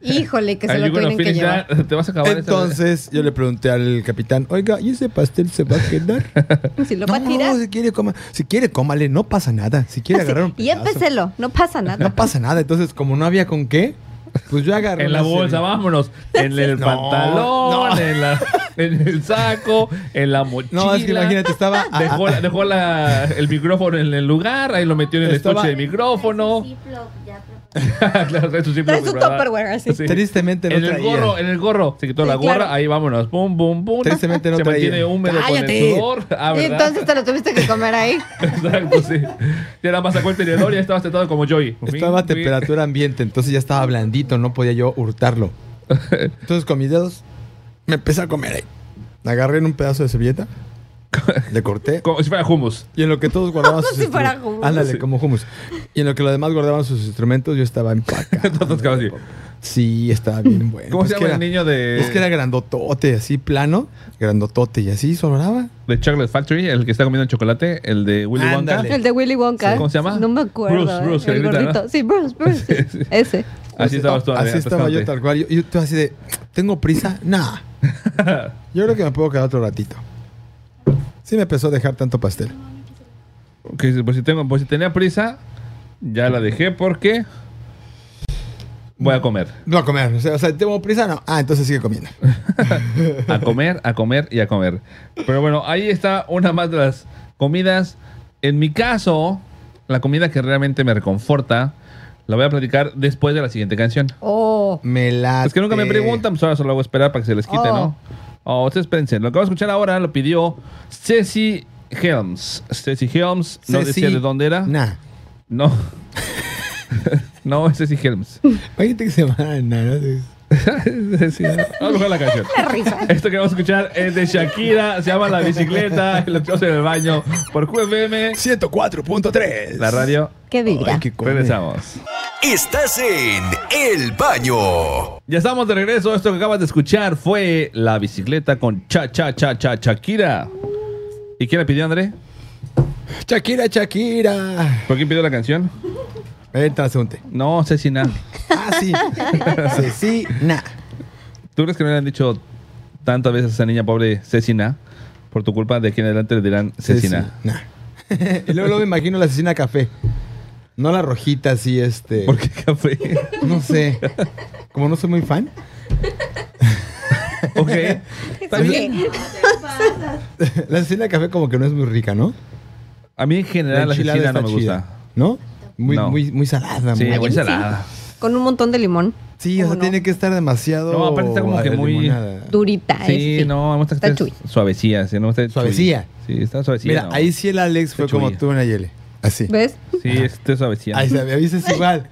Speaker 4: Híjole, que se
Speaker 2: Are
Speaker 4: lo
Speaker 2: you gonna
Speaker 4: tienen que
Speaker 2: finish
Speaker 4: llevar.
Speaker 2: that? Te vas a acabar esta-
Speaker 3: Entonces yo le pregunté al capitán, oiga, ¿y ese pastel se va a quedar?
Speaker 4: Si lo va a tirar.
Speaker 3: no, si quiere, coma, si quiere, cómale, no pasa nada. Si quiere agarrar un
Speaker 4: Y
Speaker 3: pedazo,
Speaker 4: empecelo, no pasa nada.
Speaker 3: No pasa nada. Entonces, como no había con qué, pues yo agarré
Speaker 2: En la
Speaker 3: una serie.
Speaker 2: bolsa, vámonos. En el
Speaker 3: No,
Speaker 2: pantalón,
Speaker 3: no.
Speaker 2: En, la- en el saco, en la mochila.
Speaker 3: No, es que imagínate, estaba... ah,
Speaker 2: Dejó, la- dejó la- el micrófono en el lugar, ahí lo metió en el
Speaker 3: Estaba-
Speaker 2: estuche de micrófono. claro, trae su Ziploc
Speaker 4: Trae su
Speaker 2: preparado.
Speaker 4: Tupperware, así.
Speaker 3: Tristemente no
Speaker 2: en el
Speaker 3: traía.
Speaker 2: gorro, en el gorro. Se quitó
Speaker 4: Sí,
Speaker 2: la gorra,
Speaker 4: claro.
Speaker 2: ahí vámonos. Pum, pum, pum.
Speaker 3: Tristemente no
Speaker 2: Se
Speaker 3: traía.
Speaker 2: mantiene húmedo con
Speaker 3: ¡Cállate!
Speaker 2: el sudor. Ah,
Speaker 4: y
Speaker 2: ¿verdad?
Speaker 4: entonces te lo tuviste que comer ahí.
Speaker 2: Exacto, sí. Ya nada más sacó el tenedor y ya estabas tentado como Joy.
Speaker 3: Estaba a temperatura ambiente, entonces ya estaba blandito, no podía yo hurtarlo. Entonces con mis dedos me empecé a comer ahí. Agarré en un pedazo de servilleta, le corté.
Speaker 2: Como si fuera hummus.
Speaker 3: Y en lo que todos guardaban sus
Speaker 4: si fuera
Speaker 3: instrumentos-
Speaker 4: hummus.
Speaker 3: Ándale, como hummus. Y en lo que los demás guardaban sus instrumentos, yo estaba empacado.
Speaker 2: Entonces, claro, así.
Speaker 3: Sí, estaba bien bueno.
Speaker 2: ¿Cómo
Speaker 3: Pues
Speaker 2: se
Speaker 3: que
Speaker 2: llama el
Speaker 3: era-
Speaker 2: niño de,
Speaker 3: Es que era grandotote, así plano, grandotote, y así sonaba.
Speaker 2: de Chocolate Factory, el que está comiendo chocolate, el de Willy Wonka?
Speaker 3: Ándale.
Speaker 4: El de Willy Wonka.
Speaker 2: ¿Cómo se llama?
Speaker 4: No me acuerdo.
Speaker 2: Bruce, Bruce,
Speaker 4: eh, el
Speaker 2: que grita,
Speaker 4: gordito.
Speaker 2: ¿no?
Speaker 4: Sí, Bruce, Bruce.
Speaker 2: Sí,
Speaker 4: sí,
Speaker 2: sí.
Speaker 4: Ese.
Speaker 2: Así estabas tú.
Speaker 3: Pues Así estaba yo tal cual. Yo, yo estaba así de, ¿tengo prisa? Nah. Yo creo que me puedo quedar otro ratito. Sí me empezó a dejar tanto pastel.
Speaker 2: Que, pues, si tengo, pues si tenía prisa, ya la dejé porque voy a comer.
Speaker 3: No a comer. O sea, o sea, ¿tengo prisa? No. Ah, entonces sigue comiendo.
Speaker 2: A comer, a comer y a comer. Pero bueno, ahí está una más de las comidas. En mi caso, la comida que realmente me reconforta, la voy a platicar después de la siguiente canción.
Speaker 4: Oh.
Speaker 3: Me la.
Speaker 2: Es que nunca me preguntan, pues ahora solo hago esperar para que se les quite, ¿no? Oh, ustedes pensen. Lo que vamos a escuchar ahora lo pidió Ceci Helms. Ceci Helms, no decía de dónde era.
Speaker 3: Nah.
Speaker 2: No. no, es Ceci Helms.
Speaker 3: Imagínate que se llama Nah. ¿no?
Speaker 2: Sí, Vamos a jugar la canción. Esto que vamos a escuchar es de Shakira, se llama La Bicicleta, y lo echamos en el baño por QFM,
Speaker 3: 104.3.
Speaker 2: la radio.
Speaker 4: Qué vibra.
Speaker 3: Ay, qué come.
Speaker 2: Regresamos.
Speaker 1: Estás en El Baño.
Speaker 2: Ya estamos de regreso. Esto que acabas de escuchar fue La Bicicleta con Cha Cha Cha Cha Shakira. ¿Y quién la pidió, André?
Speaker 3: Shakira, Shakira.
Speaker 2: ¿Por quién pidió la canción?
Speaker 3: Entra, segundo.
Speaker 2: No, Cecina.
Speaker 3: Ah, sí. Asesina.
Speaker 2: ¿Tú crees que no le han dicho tantas veces a esa niña pobre Cecina? Por tu culpa, de aquí en adelante le dirán Cecina.
Speaker 3: Y luego, luego me imagino la asesina café. No la rojita así, este.
Speaker 2: ¿Por qué café?
Speaker 3: No sé. Como no soy muy fan.
Speaker 2: ok. Está bien.
Speaker 3: La asesina café como que no es muy rica, ¿no?
Speaker 2: A mí en general la
Speaker 3: enchilada
Speaker 2: Cecina no me
Speaker 3: está chida,
Speaker 2: gusta.
Speaker 3: ¿no? Muy,
Speaker 2: No.
Speaker 3: muy, muy salada.
Speaker 2: Sí,
Speaker 3: muy-
Speaker 2: muy salada.
Speaker 4: Con un montón de limón.
Speaker 3: Sí, o sea,
Speaker 4: ¿Cómo no?
Speaker 3: tiene que estar demasiado.
Speaker 2: No, aparte está como que muy-
Speaker 3: limonada.
Speaker 4: Durita.
Speaker 2: Sí,
Speaker 4: es-
Speaker 2: no, me gusta que esté
Speaker 4: Está chuy.
Speaker 2: suavecía. sí, no me gusta
Speaker 3: Suavecía.
Speaker 2: chuy. Sí, está suavecía.
Speaker 3: Mira,
Speaker 2: no.
Speaker 3: ahí sí el Alex fue
Speaker 2: Está
Speaker 3: como
Speaker 2: chulla.
Speaker 3: tú en Ayele. Así.
Speaker 4: ¿Ves?
Speaker 2: Sí, este suavecía.
Speaker 3: Ahí se avisas igual.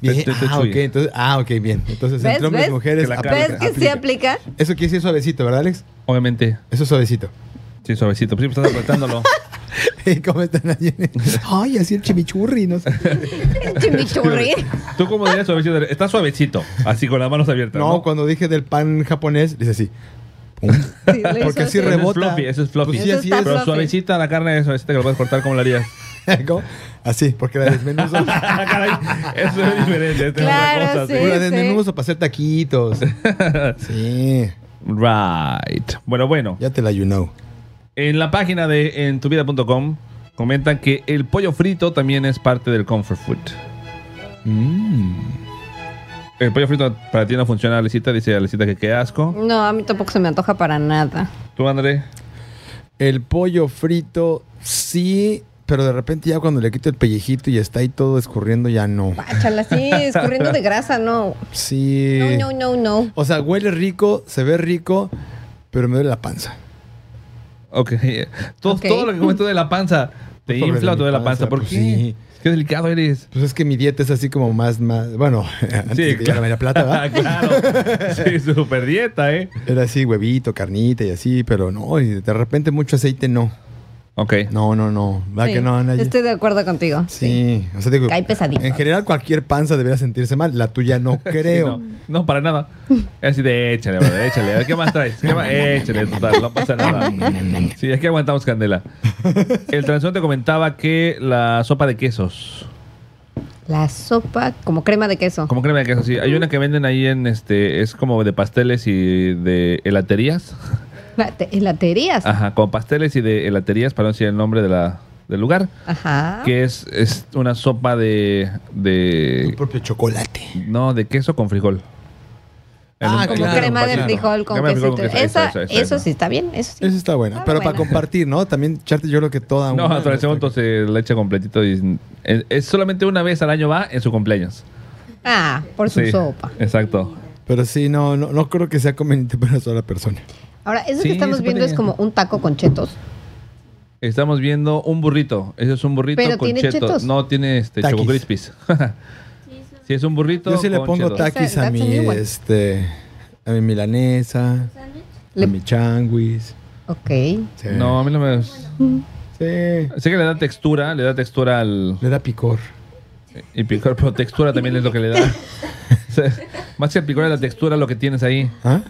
Speaker 3: Dije,
Speaker 2: Te- te- te
Speaker 3: ah, ok,
Speaker 2: chulla.
Speaker 3: entonces, ah, ok, bien. Entonces,
Speaker 4: ¿Ves?
Speaker 3: entre hombres y
Speaker 4: ¿Ves?
Speaker 3: mujeres,
Speaker 2: Que la
Speaker 3: aplica,
Speaker 4: ¿Ves que sí aplica?
Speaker 3: Eso quiere decir suavecito, ¿verdad, Alex?
Speaker 2: Obviamente.
Speaker 3: Eso es suavecito.
Speaker 2: Sí, suavecito. Pues sí, estás apretándolo.
Speaker 3: ¿Y ¿Cómo están Ayele? Ay, así el chimichurri, no sé.
Speaker 4: Chimichurri.
Speaker 2: ¿Tú cómo dirías suavecito? Está suavecito. Así con las manos abiertas. No,
Speaker 3: No, cuando dije del pan japonés, dice así. Pum.
Speaker 4: Sí, lo hizo
Speaker 3: Porque
Speaker 2: Eso
Speaker 3: así
Speaker 4: así.
Speaker 2: es
Speaker 3: rebota.
Speaker 2: floppy, eso es floppy.
Speaker 3: Pues sí,
Speaker 4: Eso
Speaker 3: así
Speaker 4: está
Speaker 2: Pero
Speaker 4: floppy.
Speaker 2: suavecita la carne es suavecita que lo puedes cortar como la harías.
Speaker 3: es. ¿Cómo? Así, porque la desmenuzo.
Speaker 2: Ah, caray, eso es diferente. esta es otra
Speaker 4: Claro,
Speaker 2: cosa,
Speaker 4: sí.
Speaker 3: la desmenuzo para hacer taquitos. Sí,
Speaker 2: Right. Bueno, bueno.
Speaker 3: ya te la you know.
Speaker 2: En la página de entuvida.com comentan que el pollo frito también es parte del comfort food. Mm. El pollo frito para ti no funciona, Alecita. Dice Alecita que qué asco.
Speaker 4: No, a mí tampoco se me antoja para nada.
Speaker 2: Tú, André.
Speaker 3: El pollo frito, sí, pero de repente ya cuando le quito el pellejito y está ahí todo escurriendo, ya no.
Speaker 4: Páchala así, escurriendo de grasa, no.
Speaker 3: Sí.
Speaker 4: No, no, no, no.
Speaker 3: O sea, huele rico, se ve rico, pero me duele la panza.
Speaker 2: Ok. Todo,
Speaker 4: Ok.
Speaker 2: todo lo que comento de la panza. Te
Speaker 3: Sobre
Speaker 2: infla o te
Speaker 3: mi
Speaker 2: de la panza.
Speaker 3: panza,
Speaker 2: ¿Por
Speaker 3: pues
Speaker 2: qué?
Speaker 3: sí.
Speaker 2: Qué delicado eres.
Speaker 3: Pues es que mi dieta es así como más, más. Bueno, antes de que llegara María Plata, ¿verdad?
Speaker 2: claro. Sí, super dieta, ¿eh?
Speaker 3: Era así, huevito, carnita y así, pero no, y de repente mucho aceite, no.
Speaker 2: Ok.
Speaker 3: No, no, no. ¿Verdad
Speaker 4: Sí,
Speaker 3: Ah, que no, Anaya?
Speaker 4: Estoy de acuerdo contigo.
Speaker 3: Sí, o sea, digo.
Speaker 4: Cae pesadito.
Speaker 3: En general, cualquier panza debería sentirse mal. La tuya no creo.
Speaker 2: Sí, no, no, para nada. Es así de échale, brother, échale. A ver, ¿Qué más traes? ¿Qué más? Échale, total, no pasa nada. Sí, es que aguantamos candela. El transeúnte comentaba que la sopa de quesos,
Speaker 4: La sopa como crema de queso.
Speaker 2: como crema de queso, sí. Hay una que venden ahí en este, es como de pasteles y de helaterías.
Speaker 4: La- te- Helaterías.
Speaker 2: Ajá, con pasteles y de helaterías, para no decir el nombre de la, del lugar.
Speaker 4: Ajá.
Speaker 2: Que es, es una sopa de,
Speaker 3: Tu
Speaker 2: de.
Speaker 3: propio chocolate.
Speaker 2: No, de queso con frijol. En un-
Speaker 3: Ah,
Speaker 4: como
Speaker 2: en un
Speaker 3: claro,
Speaker 4: crema de
Speaker 2: vasito.
Speaker 4: frijol con
Speaker 2: Crema de frijol
Speaker 4: quesito.
Speaker 2: con queso,
Speaker 4: Esa-
Speaker 2: eso,
Speaker 4: eso,
Speaker 2: eso, eso.
Speaker 4: sí está bien, eso sí.
Speaker 3: Eso está bueno.
Speaker 4: Ah,
Speaker 3: pero para
Speaker 4: bueno.
Speaker 3: compartir, ¿no? También echarte yo creo que toda
Speaker 2: No,
Speaker 3: una.
Speaker 2: hasta el segundo se la echa completito y es, es solamente una vez al año va en su cumpleaños.
Speaker 4: Ah, por su
Speaker 2: Sí,
Speaker 4: sopa.
Speaker 2: Exacto.
Speaker 3: Pero sí, no, no, no creo que sea conveniente para una sola persona.
Speaker 4: Ahora, eso
Speaker 2: Sí,
Speaker 4: que estamos
Speaker 2: sopa
Speaker 4: viendo
Speaker 2: de-
Speaker 4: es como un taco con chetos.
Speaker 2: Estamos viendo un burrito. Ese es un burrito
Speaker 4: Pero
Speaker 2: con
Speaker 4: tiene
Speaker 2: chetos.
Speaker 4: chetos.
Speaker 2: No tiene este
Speaker 3: Takis.
Speaker 2: Choco Crispies. sí, es un burrito.
Speaker 3: Yo sí le
Speaker 2: con
Speaker 3: pongo
Speaker 2: chetos.
Speaker 3: taquis a
Speaker 4: That's a
Speaker 3: mi,
Speaker 4: new one.
Speaker 3: este, a mi milanesa, a
Speaker 4: Le-
Speaker 3: mi changuis.
Speaker 4: Ok.
Speaker 3: Sí.
Speaker 2: No, a mí no me.
Speaker 3: Sí.
Speaker 2: Sé que le da textura, le da textura al.
Speaker 3: Le da picor.
Speaker 2: Y picor, pero textura también es lo que le da. O sea, Más que el picor es la textura lo que tienes ahí.
Speaker 3: ¿Ah?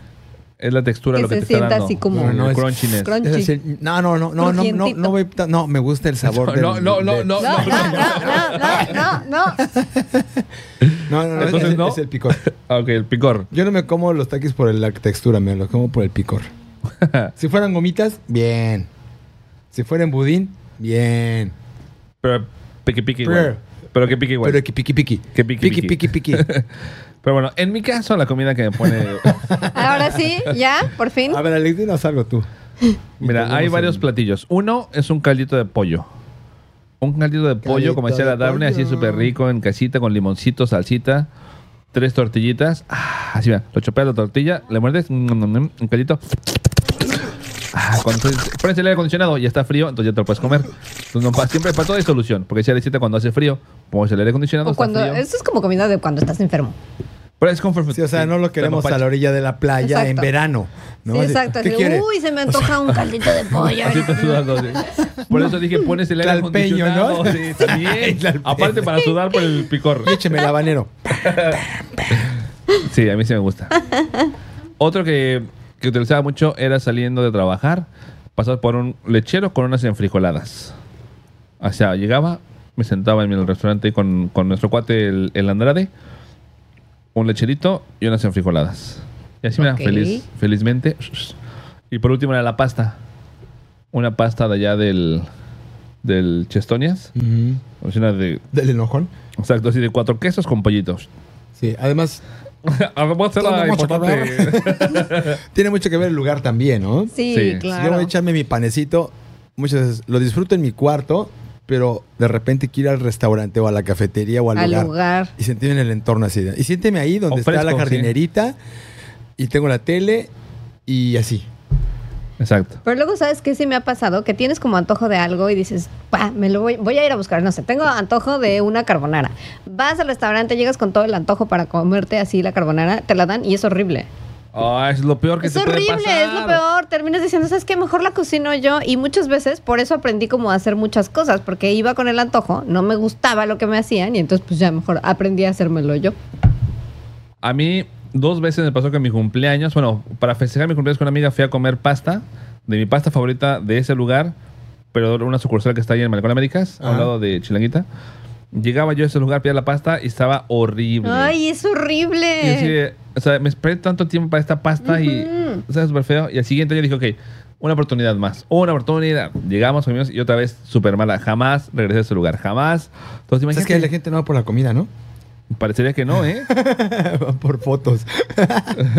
Speaker 2: Es la textura
Speaker 4: Que
Speaker 2: lo que
Speaker 4: se
Speaker 2: te está
Speaker 4: sienta
Speaker 2: dando.
Speaker 4: así como-
Speaker 2: El
Speaker 3: No, no, es-
Speaker 2: crunchiness.
Speaker 4: Crunch.
Speaker 3: Es decir, no, no, no, no, no, no, no,
Speaker 4: Crujientito.
Speaker 3: voy tan- no, me gusta el sabor del-
Speaker 2: No, no, no,
Speaker 3: del-
Speaker 2: no,
Speaker 4: No, no, no, no, no, no.
Speaker 3: No, no, no, es-
Speaker 2: Entonces,
Speaker 3: es,
Speaker 2: ¿no?
Speaker 3: es el picor.
Speaker 2: Ah, Ok, el picor.
Speaker 3: Yo no me como los taquis por la textura, me los como por el picor. Si fueran gomitas, bien. Si fueran budín, bien.
Speaker 2: Pero pique pique igual. Pero que pique igual.
Speaker 3: Pero que piqui piqui.
Speaker 2: Que piqui,
Speaker 3: piqui
Speaker 2: piqui.
Speaker 3: piqui piqui.
Speaker 2: Pero bueno, en mi caso, la comida que me pone.
Speaker 4: Ahora sí, ya, por fin.
Speaker 3: A ver, Alex, dinos algo tú.
Speaker 2: Mira, hay varios platillos. Uno es un caldito de pollo. Un caldito de pollo, como decía la
Speaker 3: Caldito de
Speaker 2: Daphne, así
Speaker 3: pollo.
Speaker 2: súper rico, en casita, con limoncito, salsita, tres tortillitas. Ah, así va. Lo chopeas la tortilla, le muerdes, mm, mm, mm, un caldito. Ah, cuando se- pones el aire acondicionado y ya está frío, entonces ya te lo puedes comer. Entonces, no, pa- siempre para todo hay solución. Porque si la cuando hace frío, pones pues el aire acondicionado.
Speaker 4: O
Speaker 2: está
Speaker 4: cuando,
Speaker 2: frío.
Speaker 4: eso es como comida de cuando estás enfermo.
Speaker 2: Pero es comfort food.
Speaker 3: Sí, o sea, no lo queremos a la orilla de la playa
Speaker 4: Exacto.
Speaker 3: en verano. ¿no?
Speaker 4: sí,
Speaker 3: Así,
Speaker 4: exacto.
Speaker 3: ¿Qué
Speaker 4: así,
Speaker 3: quiere?
Speaker 4: Uy, se me antoja un caldito de pollo.
Speaker 2: Así está sudando, sí. Por eso dije, pones el aire
Speaker 3: Tlalpeño,
Speaker 2: acondicionado.
Speaker 3: ¿no?
Speaker 2: Sí, también.
Speaker 3: Tlalpeño.
Speaker 2: Aparte para sudar por el picor.
Speaker 3: Écheme el habanero.
Speaker 2: Sí, a mí sí me gusta. Otro que, que utilizaba mucho era saliendo de trabajar, pasar por un lechero con unas enfrijoladas. O sea, llegaba, me sentaba en el restaurante con, con nuestro cuate, el, el Andrade, un lecherito y unas enfrijoladas. Y así me
Speaker 4: Ok.
Speaker 2: feliz, felizmente. Y por último era la pasta. Una pasta de allá del, del Chestonias. O sea, una de,
Speaker 3: Del enojón.
Speaker 2: exacto, así de cuatro quesos con pollitos.
Speaker 3: Sí, además
Speaker 2: Vamos a hacer la
Speaker 3: Tiene mucho que
Speaker 2: importante.
Speaker 3: tiene mucho que ver el lugar también, ¿no?
Speaker 2: Sí.
Speaker 4: Sí,
Speaker 3: Si yo voy
Speaker 4: claro.
Speaker 3: a echarme mi panecito, muchas veces lo disfruto en mi cuarto, pero de repente quiero ir al restaurante o a la cafetería o al,
Speaker 4: Al
Speaker 3: lugar,
Speaker 4: lugar.
Speaker 3: Y sentirme en el entorno así. de- Y siénteme ahí donde
Speaker 2: O
Speaker 3: está la
Speaker 2: fresco, sí.
Speaker 3: jardinerita y tengo la tele y así.
Speaker 2: Exacto.
Speaker 4: Pero luego, ¿sabes qué? Sí me ha pasado que tienes como antojo de algo y dices, pa, me lo voy, voy a ir a buscar, no sé, tengo antojo de una carbonara. Vas al restaurante, llegas con todo el antojo para comerte así la carbonara, te la dan y es horrible.
Speaker 2: Ah, es lo peor que
Speaker 4: Es
Speaker 2: te puede
Speaker 4: horrible,
Speaker 2: pasar.
Speaker 4: es lo peor. Terminas diciendo, ¿sabes qué? Mejor la cocino yo. Y muchas veces por eso aprendí como a hacer muchas cosas, porque iba con el antojo, no me gustaba lo que me hacían y entonces pues ya mejor aprendí a hacérmelo yo.
Speaker 2: A mí dos veces me pasó que en mi cumpleaños, bueno, para festejar mi cumpleaños con una amiga fui a comer pasta, de mi pasta favorita de ese lugar, pero de una sucursal que está ahí en Malecón Américas, a un
Speaker 4: Ah.
Speaker 3: Ajá.
Speaker 2: lado de Chilanguita. Llegaba yo a ese lugar, pedía la pasta y estaba horrible.
Speaker 4: Ay, eh. es
Speaker 2: Y así
Speaker 4: horrible.
Speaker 2: de, o sea, me esperé tanto tiempo para esta pasta
Speaker 4: Ujú.
Speaker 2: y, o sea, súper feo. Y al siguiente yo dije, ok, una oportunidad más, una oportunidad. Llegamos, comimos y otra vez súper mala. Jamás regresé a ese lugar, jamás. Entonces,
Speaker 3: ¿Sabes
Speaker 2: imagínate,
Speaker 3: que la gente no va por la comida, ¿no?
Speaker 2: parecería que no, ¿eh?
Speaker 3: Van por fotos.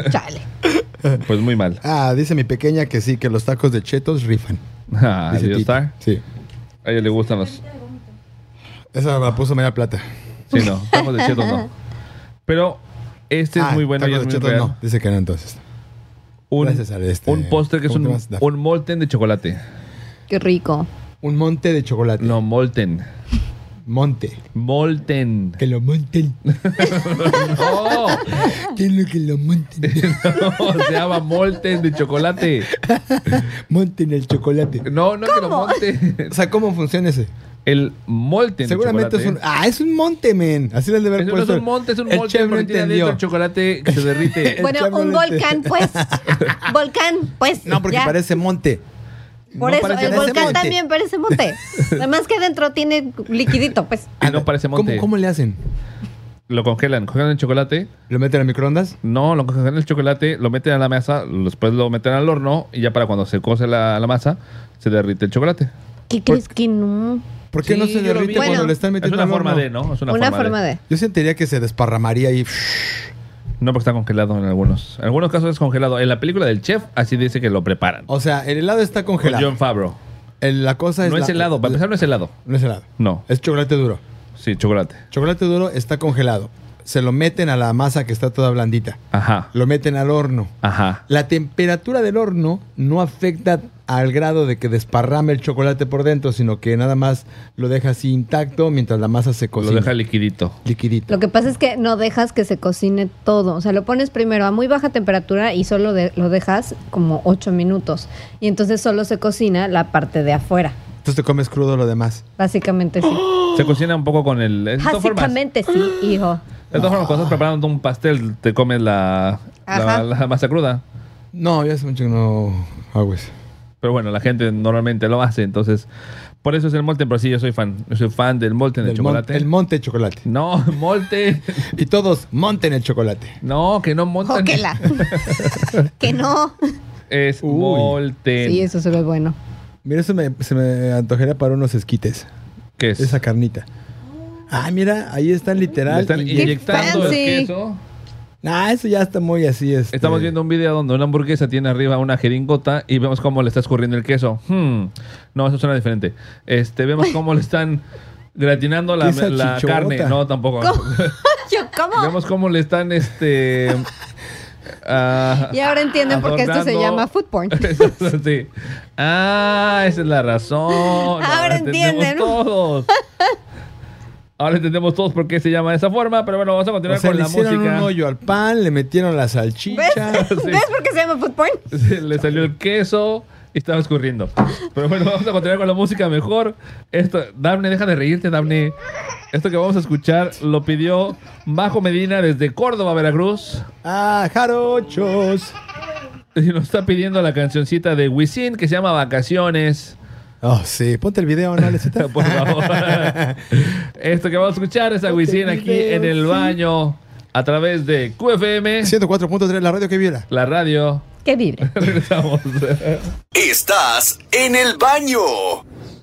Speaker 4: Chale.
Speaker 2: Pues muy mal.
Speaker 3: Ah, dice mi pequeña que sí, que los tacos de chetos rifan.
Speaker 2: Ah,
Speaker 3: Dice
Speaker 2: Dios
Speaker 3: Tito.
Speaker 2: está.
Speaker 3: Sí.
Speaker 2: A ella le gustan los.
Speaker 3: Esa la puso media plata.
Speaker 2: Sí, no, tacos de chetos no. Pero este es
Speaker 3: Ah,
Speaker 2: muy bueno y
Speaker 3: tacos
Speaker 2: es
Speaker 3: de
Speaker 2: muy
Speaker 3: chetos
Speaker 2: real.
Speaker 3: no. Dice que no entonces.
Speaker 2: Un,
Speaker 3: Gracias al este-
Speaker 2: un postre que es
Speaker 3: ¿cómo te
Speaker 2: un,
Speaker 3: llamas? Daf-
Speaker 2: un molten de chocolate.
Speaker 4: Qué rico.
Speaker 3: Un monte de chocolate.
Speaker 2: No, molten.
Speaker 3: Monte.
Speaker 2: Molten.
Speaker 3: Que lo monten.
Speaker 2: No,
Speaker 3: Quiero que lo monten.
Speaker 2: no, se llama molten de chocolate.
Speaker 3: monten el chocolate.
Speaker 2: No, no que lo monte.
Speaker 3: O sea, ¿cómo funciona ese?
Speaker 2: El molten
Speaker 3: Seguramente
Speaker 2: de
Speaker 3: es un.
Speaker 2: chocolate.
Speaker 3: Ah, es un monte, men. Así le han de haber
Speaker 2: Eso no ¿eh? es
Speaker 3: puesto.
Speaker 2: un monte, es un
Speaker 3: El
Speaker 2: molten
Speaker 3: chef no
Speaker 2: porque tiene adentro
Speaker 3: entendió.
Speaker 2: el chocolate que se derrite.
Speaker 4: Bueno,
Speaker 3: chavo
Speaker 4: un
Speaker 3: no entiende.
Speaker 4: volcán, pues. volcán, pues.
Speaker 3: No, porque
Speaker 4: ya.
Speaker 3: parece monte.
Speaker 4: Por
Speaker 2: no
Speaker 4: eso,
Speaker 2: parece-
Speaker 4: el
Speaker 3: parece
Speaker 4: volcán
Speaker 3: monte.
Speaker 4: también parece monte. Nada más que adentro tiene liquidito, pues.
Speaker 2: Y Ah, no parece monte.
Speaker 3: ¿Cómo, ¿Cómo le hacen?
Speaker 2: Lo congelan, congelan el chocolate
Speaker 3: ¿Lo meten al microondas?
Speaker 2: No, lo congelan el chocolate, lo meten a la masa, después lo meten al horno y ya para cuando se cose la, la masa, se derrite el chocolate.
Speaker 4: ¿Qué crees que no?
Speaker 3: ¿Por qué
Speaker 2: Sí,
Speaker 3: no se
Speaker 2: yo lo
Speaker 3: derrite
Speaker 2: vi.
Speaker 3: cuando
Speaker 4: Bueno,
Speaker 3: le están metiendo
Speaker 2: Es una
Speaker 3: al
Speaker 2: forma
Speaker 3: horno?
Speaker 2: de, ¿no? Es una,
Speaker 4: Una, forma de.
Speaker 3: Yo sentiría que se desparramaría y.
Speaker 2: No, porque está congelado en algunos. En algunos casos es congelado. En la película del chef, así dice que lo preparan.
Speaker 3: O sea, el helado está
Speaker 2: Con
Speaker 3: congelado.
Speaker 2: John Favreau.
Speaker 3: El- la cosa Oh, es.
Speaker 2: Pues No
Speaker 3: la-
Speaker 2: es helado, para empezar no es helado.
Speaker 3: No es helado.
Speaker 2: No,
Speaker 3: Es chocolate duro.
Speaker 2: sí, chocolate.
Speaker 3: Chocolate duro está congelado. Se lo meten a la masa que está toda blandita.
Speaker 2: Ajá,
Speaker 3: Lo meten al horno.
Speaker 2: ajá.
Speaker 3: La temperatura del horno no afecta al grado de que desparrame el chocolate por dentro, sino que nada más lo deja así intacto mientras la masa se cocina.
Speaker 2: Lo deja liquidito.
Speaker 3: liquidito.
Speaker 4: Lo que pasa es que no dejas que se cocine todo. O sea, lo pones primero a muy baja temperatura y solo de- lo dejas como 8 minutos. Y entonces solo se cocina la parte de afuera.
Speaker 3: Entonces te comes crudo lo demás.
Speaker 4: Básicamente sí.
Speaker 2: Se cocina un poco con el... De todas formas, de
Speaker 4: Básicamente sí, hijo.
Speaker 2: todas formas, cuando estás preparando un pastel, te comes la, la,
Speaker 4: Ajá.
Speaker 2: la masa cruda.
Speaker 3: No, yo hace mucho que no hago eso.
Speaker 2: Pero bueno, la gente normalmente lo hace, entonces por eso es el molten, pero sí, yo soy fan. Yo soy fan del molten de
Speaker 3: Del mon-
Speaker 2: chocolate.
Speaker 3: el monte de chocolate.
Speaker 2: no, molten.
Speaker 3: Y todos monten el chocolate.
Speaker 2: No, que no monten.
Speaker 4: Jóquela. que no.
Speaker 2: Es
Speaker 3: Uy.
Speaker 2: molten.
Speaker 4: Sí, eso se ve bueno.
Speaker 3: Mira, eso me- se me antojaría para unos esquites.
Speaker 2: ¿Qué es?
Speaker 3: Esa carnita. Ah, mira, ahí están
Speaker 2: Le
Speaker 3: literal.
Speaker 2: están
Speaker 3: inyec-
Speaker 2: inyectando el
Speaker 4: fancy.
Speaker 2: queso.
Speaker 3: Ah, eso ya está muy así. este-
Speaker 2: Estamos viendo un video donde una hamburguesa tiene arriba una jeringota y vemos cómo le está escurriendo el queso. Hmm. No, eso suena diferente. Este, vemos cómo le están gratinando la,
Speaker 3: ¿Qué salchichota?
Speaker 2: la carne. No, tampoco.
Speaker 4: ¿Cómo? Yo, ¿cómo?
Speaker 2: Vemos cómo le están este. ah,
Speaker 4: Y ahora entienden por qué esto se
Speaker 2: adornando.
Speaker 4: llama food porn.
Speaker 2: sí. Ah, esa es la razón.
Speaker 4: Ahora entienden.
Speaker 2: entendemos Todos. Ahora entendemos todos por qué se llama de esa forma, pero bueno, vamos a
Speaker 3: O
Speaker 2: continuar
Speaker 3: sea,
Speaker 2: con
Speaker 3: le
Speaker 2: la
Speaker 3: hicieron
Speaker 2: música.
Speaker 3: un hoyo al pan, le metieron la salchicha.
Speaker 2: Sí.
Speaker 4: ¿Ves por qué se llama food porn?
Speaker 2: Se le salió el queso y estaba escurriendo. Pero bueno, vamos a continuar con la música mejor. Esto, Dafne, deja de reírte, Dafne. Esto que vamos a escuchar lo pidió Majo Medina desde Córdoba, Veracruz.
Speaker 3: Ah, jarochos.
Speaker 2: Y nos está pidiendo la cancioncita de Wisin que se llama Vacaciones.
Speaker 3: Oh, sí, ponte el video, ¿no? Lecita?
Speaker 2: Por favor. Esto que vamos a escuchar es a Wisin aquí en el baño a través de QFM,
Speaker 3: 104.3, la radio que viola.
Speaker 2: la radio.
Speaker 4: ¿Qué vive?
Speaker 2: Regresamos.
Speaker 1: Estás en el baño.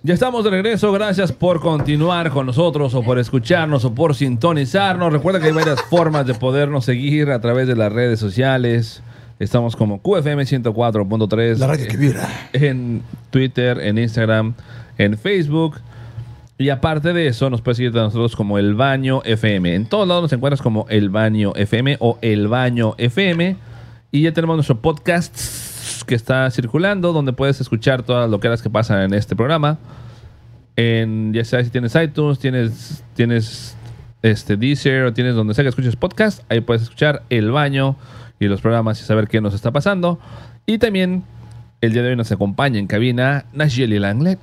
Speaker 2: Ya estamos de regreso, gracias por continuar con nosotros o por escucharnos o por sintonizarnos. Recuerda que hay varias formas de podernos seguir a través de las redes sociales. Estamos como QFM 104.3.
Speaker 3: La radio que viola.
Speaker 2: en Twitter, en Instagram, en Facebook. Y aparte de eso, nos puedes seguir a nosotros como El Baño FM. En todos lados nos encuentras como El Baño FM o El Baño FM. Y ya tenemos nuestro podcast que está circulando, donde puedes escuchar todas las loqueras que pasan en este programa. En, ya sabes si tienes iTunes, tienes, tienes este Deezer o tienes donde sea que escuches podcast, ahí puedes escuchar El Baño y los programas y saber qué nos está pasando. Y también el día de hoy nos acompaña en cabina Nayeli Langlet.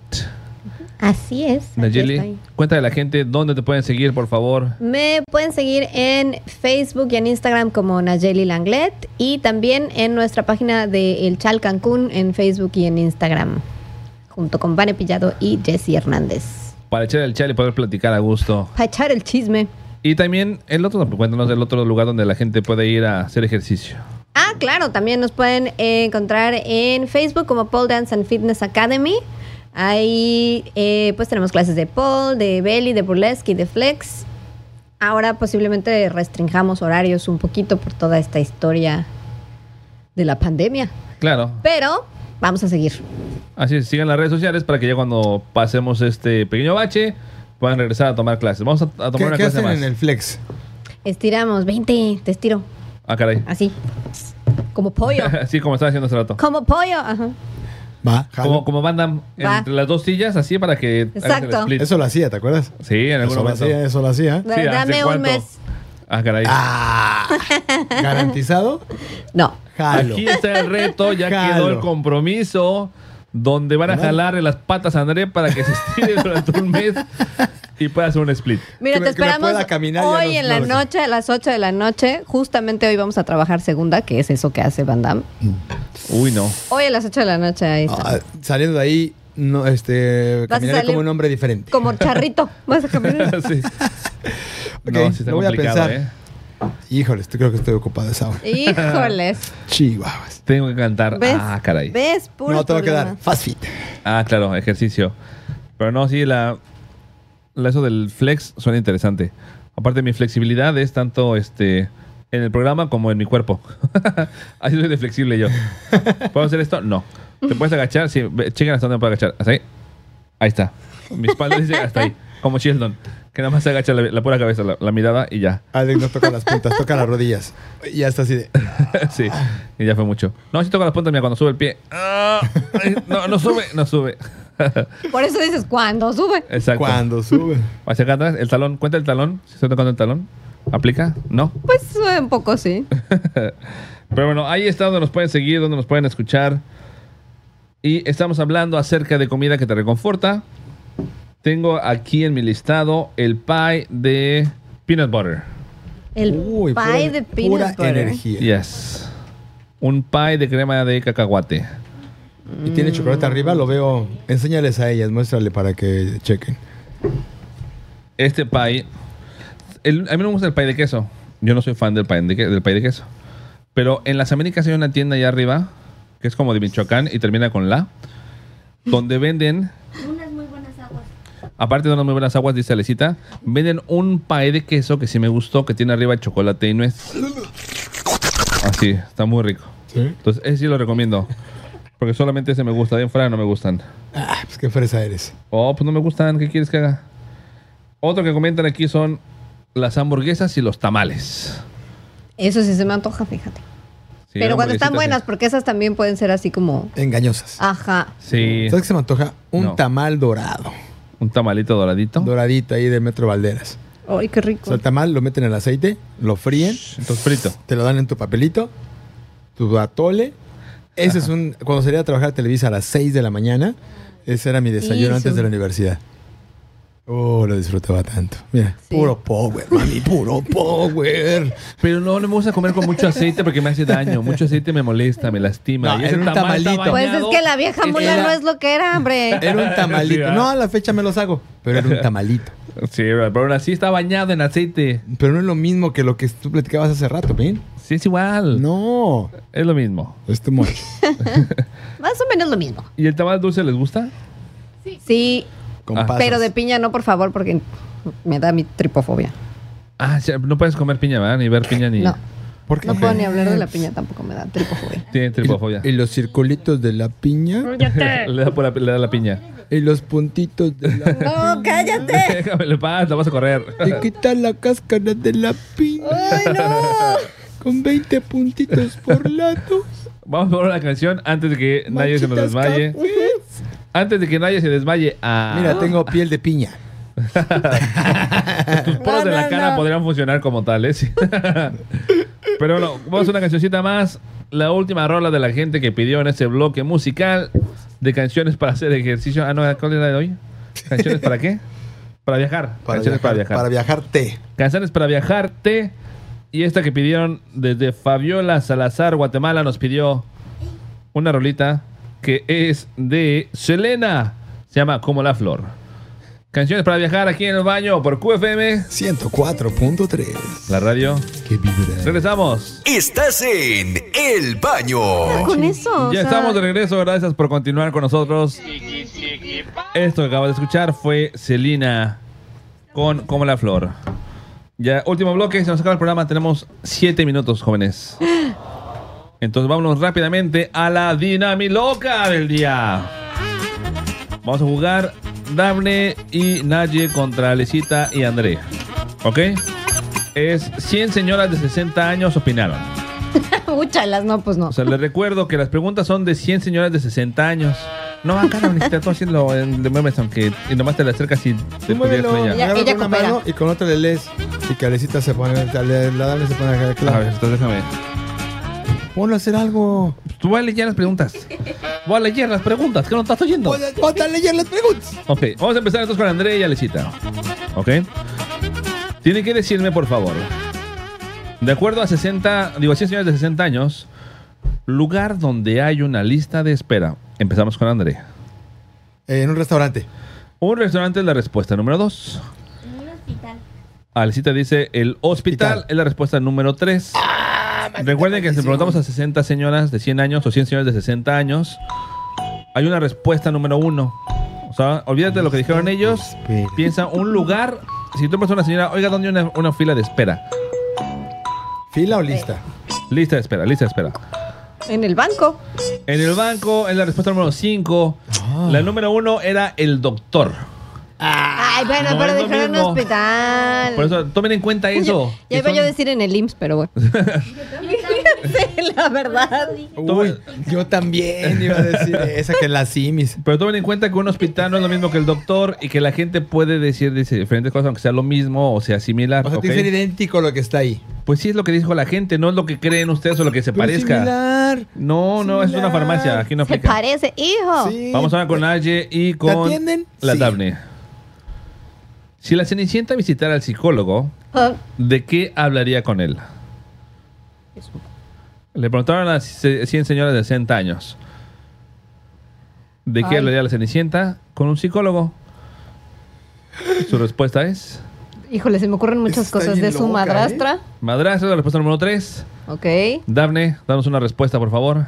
Speaker 7: Así es. aquí
Speaker 2: Nayeli,
Speaker 7: estoy.
Speaker 2: cuéntale a la gente dónde te pueden seguir, por favor.
Speaker 4: Me pueden seguir en Facebook y en Instagram como Nayeli Langlet y también en nuestra página de El Chal Cancún en Facebook y en Instagram, junto con Vane Pillado y Jesse Hernández.
Speaker 2: Para echar el chal y poder platicar a gusto.
Speaker 4: Para echar el chisme.
Speaker 2: Y también el otro, cuéntanos el otro lugar donde la gente puede ir a hacer ejercicio.
Speaker 4: Ah, claro, también nos pueden eh, encontrar en Facebook como Pole Dance and Fitness Academy. Ahí eh, pues tenemos clases de pole, de belly, de burlesque y de flex. Ahora posiblemente restringamos horarios un poquito por toda esta historia de la pandemia.
Speaker 2: Claro,
Speaker 4: Pero vamos a seguir.
Speaker 2: Así es, sigan las redes sociales para que ya cuando pasemos este pequeño bache puedan regresar a tomar clases. Vamos a, a tomar
Speaker 3: ¿Qué,
Speaker 2: una
Speaker 3: qué
Speaker 2: clase
Speaker 3: hacen
Speaker 2: más.
Speaker 3: en el flex?
Speaker 4: Estiramos, 20, te estiro.
Speaker 2: Ah, caray.
Speaker 4: Así. Como pollo.
Speaker 2: Así como estaba haciendo hace rato.
Speaker 4: Como pollo. Ajá.
Speaker 3: Va, jalo.
Speaker 2: Como, como Van Damme,
Speaker 4: Va.
Speaker 2: entre las dos sillas, así para que hagas el
Speaker 4: Exacto.
Speaker 2: split.
Speaker 3: Eso lo hacía, ¿te acuerdas?
Speaker 2: Sí, en algún
Speaker 3: Eso lo
Speaker 2: momento.
Speaker 3: hacía, eso lo hacía.
Speaker 2: Sí, ¿hace
Speaker 4: Dame un
Speaker 2: cuánto?
Speaker 4: mes.
Speaker 2: Ah, caray.
Speaker 3: Ah, garantizado,
Speaker 4: No.
Speaker 3: jalo.
Speaker 2: Aquí está el reto, ya
Speaker 3: Jalo.
Speaker 2: quedó el compromiso donde van a
Speaker 3: Jalo.
Speaker 2: jalarle las patas a André para que se estire durante un mes y pueda hacer un split.
Speaker 4: Mira,
Speaker 3: Que me-
Speaker 4: te
Speaker 3: que me
Speaker 4: esperamos
Speaker 3: pueda caminar, ya
Speaker 4: hoy
Speaker 3: no-
Speaker 4: en
Speaker 3: no
Speaker 4: la
Speaker 3: lo sé.
Speaker 4: noche, a las 8 de la noche. Justamente hoy vamos a trabajar segunda, que es eso que hace Van Damme.
Speaker 2: Uy, no.
Speaker 4: Hoy a las 8 de la noche ahí está.
Speaker 3: Ah, saliendo de ahí, no, este,
Speaker 4: Vas a
Speaker 3: caminaré
Speaker 4: salir-
Speaker 3: como un hombre diferente.
Speaker 4: Como charrito. Vas a caminar.
Speaker 2: Sí.
Speaker 3: Ok,
Speaker 2: no, sí está
Speaker 3: lo voy a
Speaker 2: complicado,
Speaker 3: pensar.
Speaker 2: ¿eh?
Speaker 3: Híjoles, creo que estoy ocupado esa hora.
Speaker 4: Híjoles.
Speaker 3: Chihuahuas.
Speaker 2: Tengo que cantar.
Speaker 4: ¿Ves?
Speaker 2: Ah, caray.
Speaker 4: ¿Ves? Puro
Speaker 3: no, te va a
Speaker 4: problema.
Speaker 3: quedar fast fit.
Speaker 2: Ah, claro, ejercicio. Pero no, sí, la, la- eso del flex suena interesante. Aparte, mi flexibilidad es tanto este en el programa como en mi cuerpo. Así soy de flexible yo. ¿Puedo hacer esto? No. ¿Te puedes agachar? Sí, ve- chequen hasta dónde me puedo agachar. ¿Hasta ahí? Ahí está. Mi espalda dice hasta ahí. Como Sheldon. Que nada más se agacha la, la pura cabeza, la, la mirada y ya.
Speaker 3: Alex no toca las puntas, toca las rodillas. Y ya está así de.
Speaker 2: sí, y ya fue mucho. No, si toca las puntas, mira, cuando sube el pie. Ah, ay, no, no sube, no sube.
Speaker 4: Por eso dices, cuando sube?
Speaker 2: Exacto.
Speaker 3: Cuando sube.
Speaker 2: Hacia acá atrás, el talón, cuenta el talón, si está tocando el talón, aplica, no.
Speaker 4: Pues sube un poco, sí.
Speaker 2: Pero bueno, ahí está donde nos pueden seguir, donde nos pueden escuchar. Y estamos hablando acerca de comida que te reconforta. Tengo aquí en mi listado el pie de peanut butter.
Speaker 4: El
Speaker 3: Uy, pura-
Speaker 4: pie de peanut
Speaker 3: pura
Speaker 4: butter. ¿eh?
Speaker 3: energía.
Speaker 2: Yes. Un pie de crema de cacahuate.
Speaker 3: Y tiene chocolate arriba, lo veo. Enséñales a ellas, muéstrale para que chequen.
Speaker 2: Este pie. el- a mí no me gusta el pie de queso. Yo no soy fan del pie de, que- del pie de queso. Pero en las Américas hay una tienda allá arriba, que es como de Michoacán y termina con la, donde venden. Aparte de unas muy buenas aguas, dice Alecita, venden un pie de queso que sí me gustó, que tiene arriba chocolate y nuez. Así, está muy rico.
Speaker 3: ¿Sí?
Speaker 2: Entonces, ese sí lo recomiendo. Porque solamente ese me gusta, de en fuera no me gustan.
Speaker 3: Ah, pues qué fresa eres.
Speaker 2: Oh, pues no me gustan. ¿Qué quieres que haga? Otro que comentan aquí son las hamburguesas y los tamales.
Speaker 4: Eso sí se me antoja, fíjate.
Speaker 2: Sí,
Speaker 4: Pero cuando están buenas,
Speaker 2: hamburguesitas,
Speaker 4: porque esas también pueden ser así como...
Speaker 3: Engañosas.
Speaker 4: Ajá.
Speaker 2: Sí. Sí.
Speaker 3: ¿Sabes qué se me antoja? Un
Speaker 2: No.
Speaker 3: tamal dorado.
Speaker 2: Un tamalito doradito.
Speaker 3: doradita ahí del Metro Valderas.
Speaker 4: Ay, qué
Speaker 3: O
Speaker 4: rico.
Speaker 3: sea, el tamal lo meten en el aceite, lo fríen,
Speaker 2: Entonces frito.
Speaker 3: te lo dan en tu papelito, tu atole. Ese es un. Cuando salía a trabajar a Televisa a las 6 de la mañana, ese era mi desayuno
Speaker 4: Hizo.
Speaker 3: antes de la universidad. Oh, lo disfrutaba tanto. Mira,
Speaker 4: Sí.
Speaker 3: puro power, mami, puro power.
Speaker 2: Pero no, no me gusta comer con mucho aceite porque me hace daño. Mucho aceite me molesta, me lastima.
Speaker 3: No,
Speaker 2: Y ese
Speaker 3: era un
Speaker 2: tamal está
Speaker 3: tamalito.
Speaker 4: Pues es
Speaker 2: bañado
Speaker 4: que la vieja
Speaker 3: en
Speaker 4: mula
Speaker 3: la-
Speaker 4: no es lo que era, hombre.
Speaker 3: Era un tamalito. No, a la fecha me los hago, pero era un tamalito.
Speaker 2: Sí, pero aún así está bañado en aceite.
Speaker 3: Pero no es lo mismo que lo que tú platicabas hace rato, ¿ven?
Speaker 2: Sí, es igual.
Speaker 3: No,
Speaker 2: Es lo mismo.
Speaker 3: es too much.
Speaker 4: Más o menos lo mismo.
Speaker 2: ¿Y el tamal dulce les gusta?
Speaker 4: Sí,
Speaker 3: Con
Speaker 2: Ah.
Speaker 3: pasas.
Speaker 4: pero de piña no, por favor, porque me da mi tripofobia.
Speaker 2: Ah, sí, no puedes comer piña, ¿verdad? Ni ver piña ni.
Speaker 4: No,
Speaker 3: ¿Por qué?
Speaker 4: no puedo ni hablar de la piña tampoco, me da tripofobia.
Speaker 2: Tiene tripofobia.
Speaker 3: Y, y los circulitos de la piña
Speaker 2: Le da por la, le da la piña.
Speaker 3: y los puntitos de la
Speaker 4: No, cállate.
Speaker 2: Déjame le paz, la vas a correr.
Speaker 3: Te quitan la cáscara de la piña. Con 20 puntitos por lado.
Speaker 2: Vamos a poner la canción antes de que nadie se nos
Speaker 3: Manchitas
Speaker 2: desmaye.
Speaker 3: cafés.
Speaker 2: Antes de que nadie se desmaye. Ah,
Speaker 3: Mira, tengo piel de piña.
Speaker 2: tus poros de la cara podrían funcionar como tales. Pero bueno, vamos a una cancioncita más. La última rola de la gente que pidió en este bloque musical de canciones para hacer ejercicio. Ah, no, ¿cuál era de hoy? ¿Canciones para qué? Para viajar. canciones para viajar.
Speaker 3: Para viajarte.
Speaker 2: Canciones para viajarte. Y esta que pidieron desde Fabiola Salazar, Guatemala, nos pidió una rolita que es de Selena. Se llama Como la Flor. Canciones para viajar aquí en el baño por QFM,
Speaker 3: 104.3.
Speaker 2: la radio.
Speaker 3: Qué vibra.
Speaker 2: Regresamos.
Speaker 1: Estás en El Baño.
Speaker 4: Con eso. o
Speaker 2: Ya
Speaker 4: sea,
Speaker 2: estamos de regreso. Gracias por continuar con nosotros. Esto que acabas de escuchar fue Selena con Como la Flor. Ya, último bloque, se nos acaba el programa. Tenemos siete minutos, jóvenes. Entonces vámonos rápidamente a la dinamiloca del día. Vamos a jugar Dafne y Naye contra Alecita y Andrea. ¿Ok? Es 100 señoras de 60 años opinaron.
Speaker 4: Úchalas, no, pues no.
Speaker 2: O sea, les recuerdo que las preguntas son de 100 señoras de 60 años. No, acá no necesitas tú haciendo el de memes, aunque y nomás te la acercas y te pudieras con ella.
Speaker 4: Ella-
Speaker 3: Agarra con
Speaker 4: ella
Speaker 3: una
Speaker 4: coopera.
Speaker 3: mano y con otra le lees. Y que Alecita se pone, la la dama se pone acá.
Speaker 2: A
Speaker 3: Claro.
Speaker 2: ver, entonces déjame.
Speaker 3: Ponlo a hacer algo.
Speaker 2: Tú vas a leer las preguntas. Voy a leer las preguntas, que no estás oyendo.
Speaker 3: Ponte a leer las preguntas.
Speaker 2: Ok, vamos a empezar entonces con Andrea y Alecita. Ok. Tiene que decirme, por favor. De acuerdo a 60, digo, 100 señoras de 60 años, lugar donde hay una lista de espera. Empezamos con Andrea.
Speaker 3: Eh, en un restaurante.
Speaker 2: Un restaurante es la respuesta número 2.
Speaker 7: En un hospital.
Speaker 2: Alecita dice el hospital,
Speaker 3: Hospital.
Speaker 2: es la respuesta número 3.
Speaker 4: Ah,
Speaker 2: Recuerden que si preguntamos a 60 señoras de 100 años o 100 señoras de 60 años, hay una respuesta número 1. O sea, olvídate de lo que dijeron ellos.
Speaker 3: Espera.
Speaker 2: Piensa un lugar. Si tú preguntas a una señora, oiga, ¿dónde hay una, una fila de espera?
Speaker 3: ¿Fila o lista?
Speaker 2: Lista de espera, lista de espera.
Speaker 4: En el banco.
Speaker 2: En el banco es la respuesta número 5.
Speaker 4: Ah.
Speaker 2: La número 1 era el doctor.
Speaker 4: Ay, bueno,
Speaker 2: no
Speaker 4: pero
Speaker 2: es lo
Speaker 4: dijeron en
Speaker 2: mismo.
Speaker 4: hospital.
Speaker 2: Por eso, tomen en cuenta eso.
Speaker 4: ya
Speaker 2: Que
Speaker 4: iba
Speaker 2: son-
Speaker 4: yo a decir en el IMSS, pero bueno. sí, la verdad.
Speaker 3: Uy, yo también iba a decir esa que la simis.
Speaker 2: Pero tomen en cuenta que un hospital no es lo mismo que el doctor y que la gente puede decir dice, diferentes cosas, aunque sea lo mismo o sea similar.
Speaker 3: O
Speaker 2: Ah,
Speaker 3: sea,
Speaker 2: ¿ok?
Speaker 3: tiene que ser idéntico lo que está ahí.
Speaker 2: Pues sí es lo que dijo la gente, no es lo que creen ustedes o lo que se
Speaker 3: Pero
Speaker 2: parezca.
Speaker 3: similar.
Speaker 2: No, no, es una
Speaker 3: Similar.
Speaker 2: farmacia, aquí no
Speaker 4: Se
Speaker 2: aplica.
Speaker 4: parece, hijo.
Speaker 3: Sí.
Speaker 2: Vamos ahora con Aye y con
Speaker 3: atienden?
Speaker 2: la
Speaker 3: Sí.
Speaker 2: Daphne. Si la Cenicienta visitara al psicólogo,
Speaker 4: Ah,
Speaker 2: ¿de qué hablaría con él? Le preguntaron a las ce- 100 señoras de 60 años. ¿De qué
Speaker 4: Ay.
Speaker 2: hablaría la Cenicienta con un psicólogo? Su respuesta es...
Speaker 4: Híjole, se me ocurren muchas
Speaker 3: Está
Speaker 4: cosas
Speaker 3: bien
Speaker 4: de su
Speaker 3: loca,
Speaker 4: madrastra.
Speaker 2: ¿eh? Madrazo, la respuesta número 3.
Speaker 4: Ok.
Speaker 2: Dafne, danos una respuesta, por favor.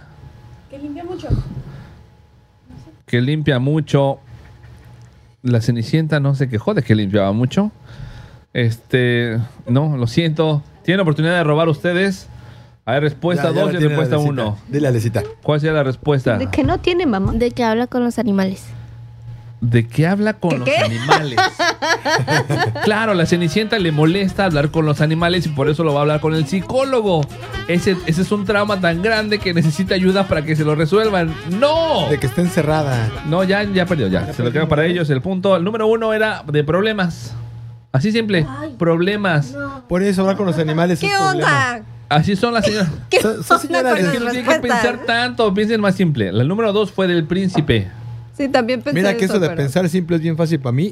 Speaker 2: Que limpia mucho. Que limpia mucho. La Cenicienta no se quejó de que limpiaba mucho. Este, no, lo siento. Tienen oportunidad de robar ustedes. Hay respuesta
Speaker 3: Ya, ya
Speaker 2: 2
Speaker 3: la
Speaker 2: y
Speaker 3: tiene
Speaker 2: respuesta
Speaker 3: Alecita.
Speaker 2: 1.
Speaker 3: Dile a Alecita.
Speaker 2: ¿Cuál sería la respuesta?
Speaker 4: De que no tiene mamá.
Speaker 7: De que habla con los animales.
Speaker 2: de que habla con
Speaker 4: ¿Qué
Speaker 2: los
Speaker 4: qué?
Speaker 2: animales. claro, la Cenicienta le molesta hablar con los animales y por eso lo va a hablar con el psicólogo. Ese, ese es un trauma tan grande que necesita ayuda para que se lo resuelvan. ¡No!
Speaker 3: De que está encerrada.
Speaker 2: No, ya, ya perdió, ya. se lo queda para ellos el punto. El número uno era de problemas. Así simple, problemas.
Speaker 3: Por eso hablar con los animales
Speaker 4: ¿Qué
Speaker 3: es problema.
Speaker 4: onda?
Speaker 2: Así son las señoras.
Speaker 4: ¿Qué
Speaker 3: Son- son
Speaker 4: onda
Speaker 3: señoras,
Speaker 4: con
Speaker 3: es
Speaker 2: que
Speaker 4: las
Speaker 2: no tienen que
Speaker 4: respuestas?
Speaker 2: pensar tanto, piensen más simple. La número dos fue del príncipe.
Speaker 4: Sí, también pensé
Speaker 3: Mira que eso de
Speaker 4: pero-
Speaker 3: pensar simple es bien fácil para mí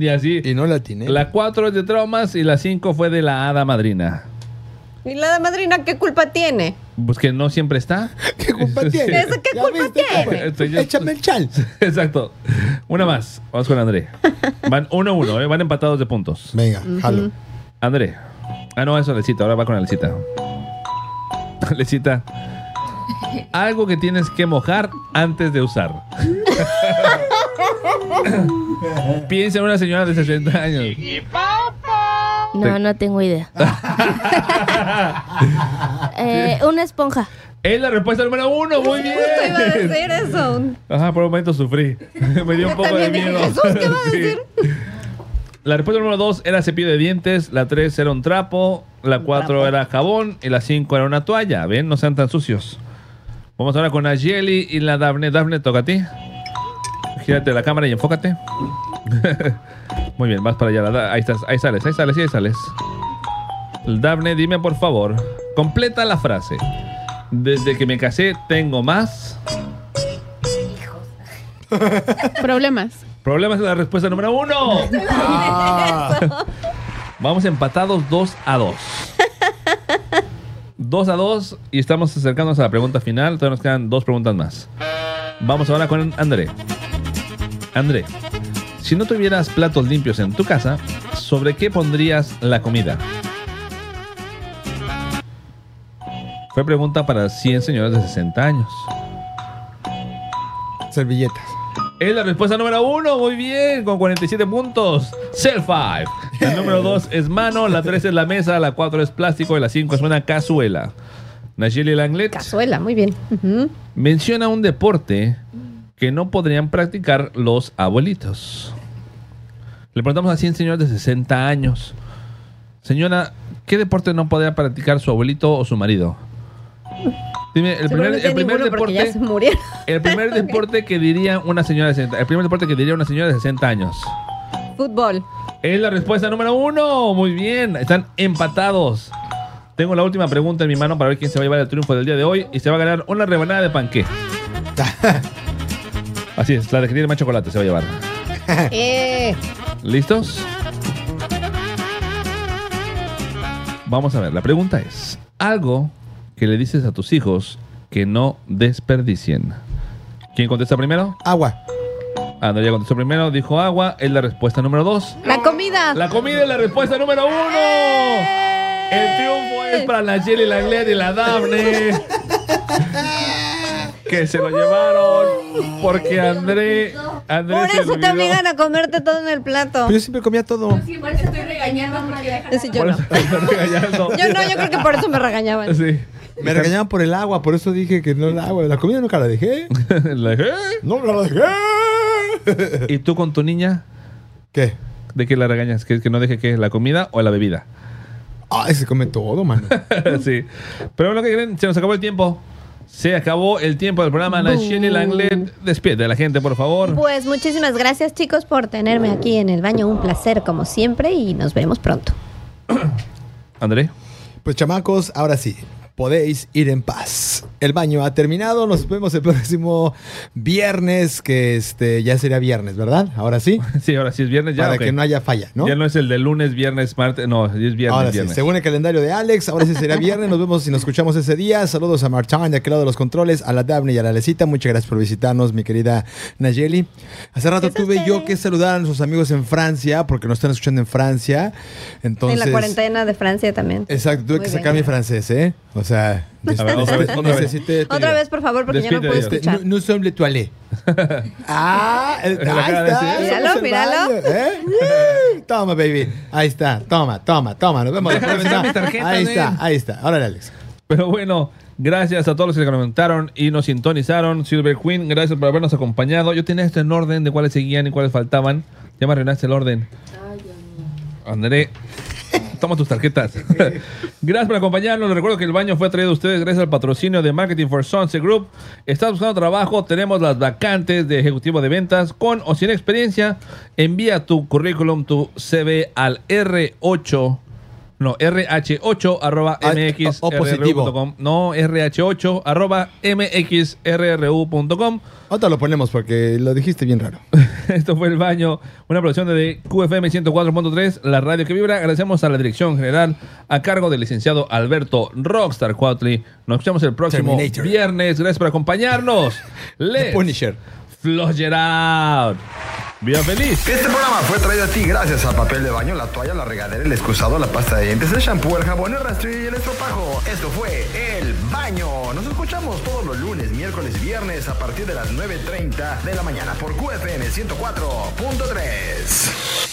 Speaker 2: y así.
Speaker 3: y no la atiné.
Speaker 2: La cuatro es de traumas y la cinco fue de la hada madrina.
Speaker 4: ¿Y la de madrina qué culpa tiene?
Speaker 2: Pues que no siempre está.
Speaker 3: ¿Qué culpa tiene?
Speaker 4: ¿Eso qué
Speaker 3: ¿Ya
Speaker 4: culpa
Speaker 3: viste,
Speaker 4: tiene?
Speaker 3: compa?
Speaker 2: Estoy yo-
Speaker 3: Échame el chal.
Speaker 2: Exacto. Una más. Vamos con André. Van 1-1, uno, a uno, ¿eh? van empatados de puntos.
Speaker 3: Venga, jalo.
Speaker 2: André. Ah, no, eso Lecita. Ahora va con Lecita. Lecita. Algo que tienes que mojar antes de usar. Piensa en una señora de 60 años.
Speaker 7: No, no tengo idea. Eh, una esponja.
Speaker 2: Es la respuesta número uno. Muy bien.
Speaker 4: Justo iba a decir eso.
Speaker 2: Ajá, por un momento sufrí. Me dio un poco de
Speaker 4: también dije,
Speaker 2: miedo.
Speaker 4: "Jesús, ¿qué va a
Speaker 2: Sí.
Speaker 4: decir?"
Speaker 2: La respuesta número 2 era cepillo de dientes, la 3 era un trapo, la 4 era jabón y la 5 era una toalla. ¿Ven? No sean tan sucios. Vamos ahora con Ayeli y la Dafne. Dafne, toca a ti. Gírate la cámara y enfócate. Muy bien, vas para allá. la Da- Ahí estás, ahí sales, ahí sales, ahí sales. Dafne, dime por favor, completa la frase. Desde que me casé tengo más...
Speaker 8: Problemas.
Speaker 2: Problemas es la respuesta número uno. Vamos empatados 2 a 2. 2 a 2 y estamos acercándonos a la pregunta final. Todavía nos quedan dos preguntas más. Vamos ahora con André. André, si no tuvieras platos limpios en tu casa, ¿sobre qué pondrías la comida? Fue pregunta para 100 señores de 60 años.
Speaker 3: Servilletas.
Speaker 2: Es la respuesta número uno, muy bien, con 47 puntos. Cell 5. La número dos es mano, la tres es la mesa, la cuatro es plástico y la cinco es una cazuela. Nayeli Langlet
Speaker 4: Cazuela, muy bien. Ujú.
Speaker 2: menciona un deporte que no podrían practicar los abuelitos. Le preguntamos a 100 señores de 60 años. Señora, ¿qué deporte no podría practicar su abuelito o su marido? Dime, el primer,
Speaker 4: Seguramente
Speaker 2: el primer
Speaker 4: ninguno porque
Speaker 2: deporte...
Speaker 4: ya se murieron.
Speaker 2: El primer deporte que diría una señora de 60, el primer deporte que diría una señora de 60 años.
Speaker 4: Fútbol.
Speaker 2: Es la respuesta número uno. Muy bien, están empatados. Tengo la última pregunta en mi mano para ver quién se va a llevar el triunfo del día de hoy y se va a ganar una rebanada de panqué. Así es, la de que tiene más chocolate se va a llevar.
Speaker 4: Eh,
Speaker 2: ¿Listos? Vamos a ver, la pregunta es, algo que le dices a tus hijos que no desperdicien. ¿Quién contesta primero?
Speaker 3: Agua.
Speaker 2: Andrea contestó primero, dijo agua, es la respuesta número dos.
Speaker 4: la comida.
Speaker 2: La comida es la respuesta número uno. El triunfo es para la Jelly, la Gled y la Dafne. Que se lo llevaron porque André, André
Speaker 4: Por
Speaker 2: se
Speaker 4: eso te
Speaker 2: olvidó.
Speaker 4: obligan a comerte todo en el plato.
Speaker 3: Pero yo siempre comía todo.
Speaker 4: Es decir, yo
Speaker 2: Por
Speaker 4: no.
Speaker 2: eso te están regañando.
Speaker 4: Yo no, yo creo que por eso me regañaban.
Speaker 2: Sí.
Speaker 3: Me regañaban por el agua, por eso dije que no el agua. La comida nunca la dejé.
Speaker 2: La dejé.
Speaker 3: No la dejé.
Speaker 2: "Eh". ¿Y tú con tu niña?
Speaker 3: ¿Qué?
Speaker 2: ¿De qué la regañas? ¿Que, que no deje que la comida o la bebida?
Speaker 3: Ay, se come todo, mano.
Speaker 2: sí. Pero lo que creen, se nos acabó el tiempo. Se acabó el tiempo del programa. Nacheli Langlet, despide a la gente, por favor.
Speaker 7: Pues muchísimas gracias chicos por tenerme aquí en el baño. Un placer como siempre y nos veremos pronto.
Speaker 2: André.
Speaker 3: Pues chamacos, ahora sí, podéis ir en paz. El baño ha terminado, nos vemos el próximo viernes, que este ya será viernes, ¿verdad? Ahora sí,
Speaker 2: Sí, ahora sí es viernes ya.
Speaker 3: para
Speaker 2: ok.
Speaker 3: que no haya falla, ¿no?
Speaker 2: Ya no es el de lunes, viernes, martes. No, es viernes,
Speaker 3: Ahora sí,
Speaker 2: viernes.
Speaker 3: según el calendario de Alex, ahora sí será viernes. Nos vemos y nos escuchamos ese día. Saludos a Martin de aquel lado de los controles, a la Daphne y a la Lecita. Muchas gracias por visitarnos, mi querida Nayeli. Hace rato
Speaker 7: Gracias a
Speaker 3: tuve yo
Speaker 7: ustedes.
Speaker 3: que saludar a nuestros amigos en Francia, porque nos están escuchando en Francia. Entonces,
Speaker 4: en la cuarentena de Francia también.
Speaker 3: Exacto, tuve
Speaker 4: Muy
Speaker 3: que
Speaker 4: bien.
Speaker 3: sacar mi francés, ¿eh? O sea,
Speaker 2: A ver, otra vez, otra vez.
Speaker 3: necesité-
Speaker 4: Otra vez, por favor, porque yo no
Speaker 2: Despide,
Speaker 4: puedo
Speaker 2: Dios.
Speaker 3: este, no,
Speaker 4: escuchar.
Speaker 3: no sommes le toilet. ah, el,
Speaker 2: la
Speaker 3: ahí
Speaker 2: cara de
Speaker 3: está.
Speaker 2: decir.
Speaker 4: Míralo,
Speaker 3: somos el
Speaker 4: míralo.
Speaker 3: baño, ¿eh? Toma, baby. Ahí está. Toma, toma, toma. Nos vemos. la
Speaker 2: Deja de
Speaker 3: próxima.
Speaker 2: usar mi tarjeta,
Speaker 3: ahí
Speaker 2: nen.
Speaker 3: está, ahí está. Órale, Alex.
Speaker 2: Pero bueno, gracias a todos los que comentaron y nos sintonizaron. Silver Queen, gracias por habernos acompañado. Yo tenía esto en orden de cuáles seguían y cuáles faltaban. Ya me arruinaste el orden. André, toma tus tarjetas. gracias por acompañarnos. Les recuerdo que el baño fue traído a ustedes gracias al patrocinio de Marketing for Sunset Group. Estás buscando trabajo, tenemos las vacantes de ejecutivo de ventas con o sin experiencia. Envía tu currículum, tu CV al R8. No, rh8 arroba
Speaker 3: Ah,
Speaker 2: mx
Speaker 3: o- o positivo.
Speaker 2: No, rh8 arroba mxrru.com.
Speaker 3: Ahorita lo ponemos porque lo dijiste bien raro.
Speaker 2: Esto fue El Baño, una producción de QFM 104.3, la radio que vibra. Agradecemos a la dirección general a cargo del licenciado Alberto Rockstar Cuatli. Nos escuchamos el próximo
Speaker 1: Terminator.
Speaker 2: viernes. Gracias por acompañarnos. Les
Speaker 3: Punisher.
Speaker 2: Flush it out. Vida feliz.
Speaker 1: Este programa fue traído a ti gracias al papel de baño, la toalla, la regadera, el excusado, la pasta de dientes, el shampoo, el jabón, el rastrillo y el estropajo. Esto fue El Baño. Nos escuchamos todos los lunes, miércoles y viernes a partir de las 9.30 de la mañana por QFM 104.3.